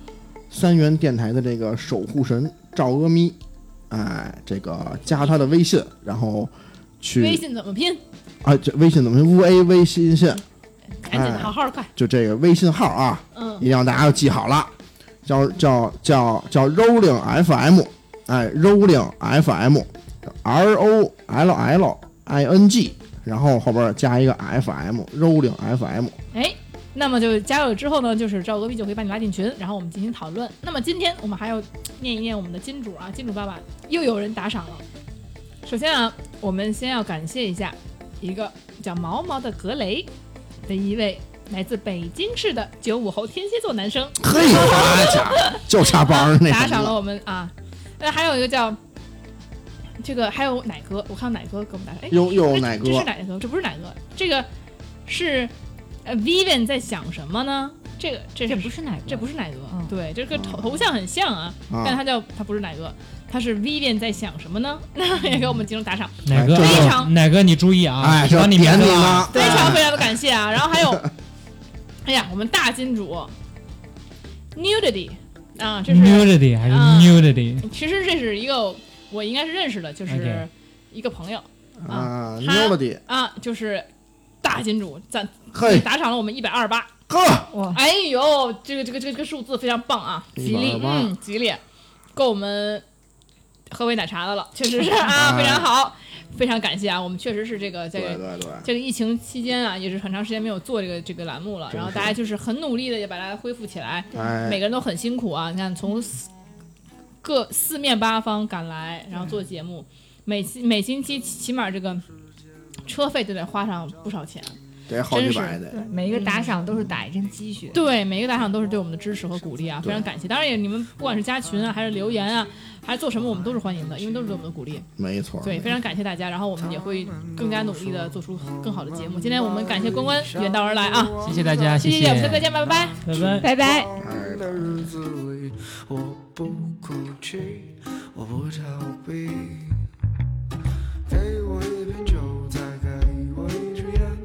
F: 三元电台的这个守护神赵阿咪，哎，这个加他的微信，啊然后去
B: 微信怎么拼？
F: 啊，这微信怎么拼 v a 微信信，
B: 赶
F: 哎
B: 紧的，好好的，快，
F: 就这个微信号啊，
B: 嗯
F: 一。定要大家要记好了，叫叫叫叫 Rolling FM，哎，Rolling FM，R O L L I N G，然后后边加一个 FM，Rolling FM。
B: 哎，那么就加入之后呢，就是赵隔壁就可以把你拉进群，然后我们进行讨论。那么今天我们还要念一念我们的金主啊，金主爸爸又有人打赏了。首先啊，我们先要感谢一下一个叫毛毛的格雷的一位来自北京市的九五后天蝎座男生，
F: 嘿，好家伙，就差帮人那
B: 打
F: 什
B: 赏
F: 么
B: 了我们啊。那还有一个叫这个，还有奶哥，我看奶哥给我们打赏，哎，
F: 哟哟，
B: 这
F: 奶哥
B: 这是哪个？这不是哪个？这个是呃，Vivian 在想什么呢？这个这
E: 这
B: 是
E: 不是奶哥，
B: 这不是奶哥，
E: 嗯
B: 对，这个头
F: 啊
B: 头像很像啊，但
F: 啊，
B: 他叫他不是奶哥，他是 Vivian 在想什么呢？ 那也给我们集中打赏，
G: 奶哥
F: 哎
B: 非常
G: 奶哥你注意啊，
F: 哎，这
G: 帮你
F: 点
G: 名
F: 你
G: 字啊，
F: 了，
B: 非常非常的感谢啊。然后还有，哎呀，我们大金主 Nudity 啊，这是
G: nudity 还是
B: 嗯
G: nudity？
B: 其实这是一个我应该是认识的，就是
G: OK
B: 一个朋友
F: 啊
B: 啊
F: 牛了的，
B: 啊，就是大金主赞
F: 嘿
B: 打赏了我们一百二十八。
F: 呵，
E: 哇，
B: 哎呦，这个这个这个这个数字非常棒啊，吉利
F: 128，
B: 嗯，吉利，够我们喝杯奶茶的了，确 实是啊，非常好，非常感谢啊，我们确实是这个这
F: 对
B: 个
F: 对对，
B: 这个疫情期间啊，也是很长时间没有做这个这个栏目了，
F: 真是
B: 然后大家就是很努力的也把它恢复起来，每
F: 哎，
B: 个人都很辛苦啊，你看从四各四面八方赶来，然后做节目，每期每星期起起码这个车费就得花上不少钱。
F: 得好几
B: 真是
F: 百得，
E: 每一个打赏都是打一针鸡血，
B: 对，每个打赏都是对我们的支持和鼓励啊，非常感谢。当然也你们不管是加群啊，还是留言啊，还是做什么，我们都是欢迎的，因为都是对我们的鼓励。
F: 没错，
B: 对，非常感谢大家，然后我们也会更加努力的做出更好的节目。今天我们感谢关关远道而来啊，
D: 谢谢大家，
B: 谢谢姐，我们下次再见吧，拜拜。
G: 拜拜。
E: 拜拜。
A: 光的日子里，我不哭泣，我不逃避，给我一瓶酒，再给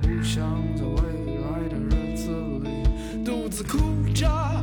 A: 不想在未来的日子里独自哭着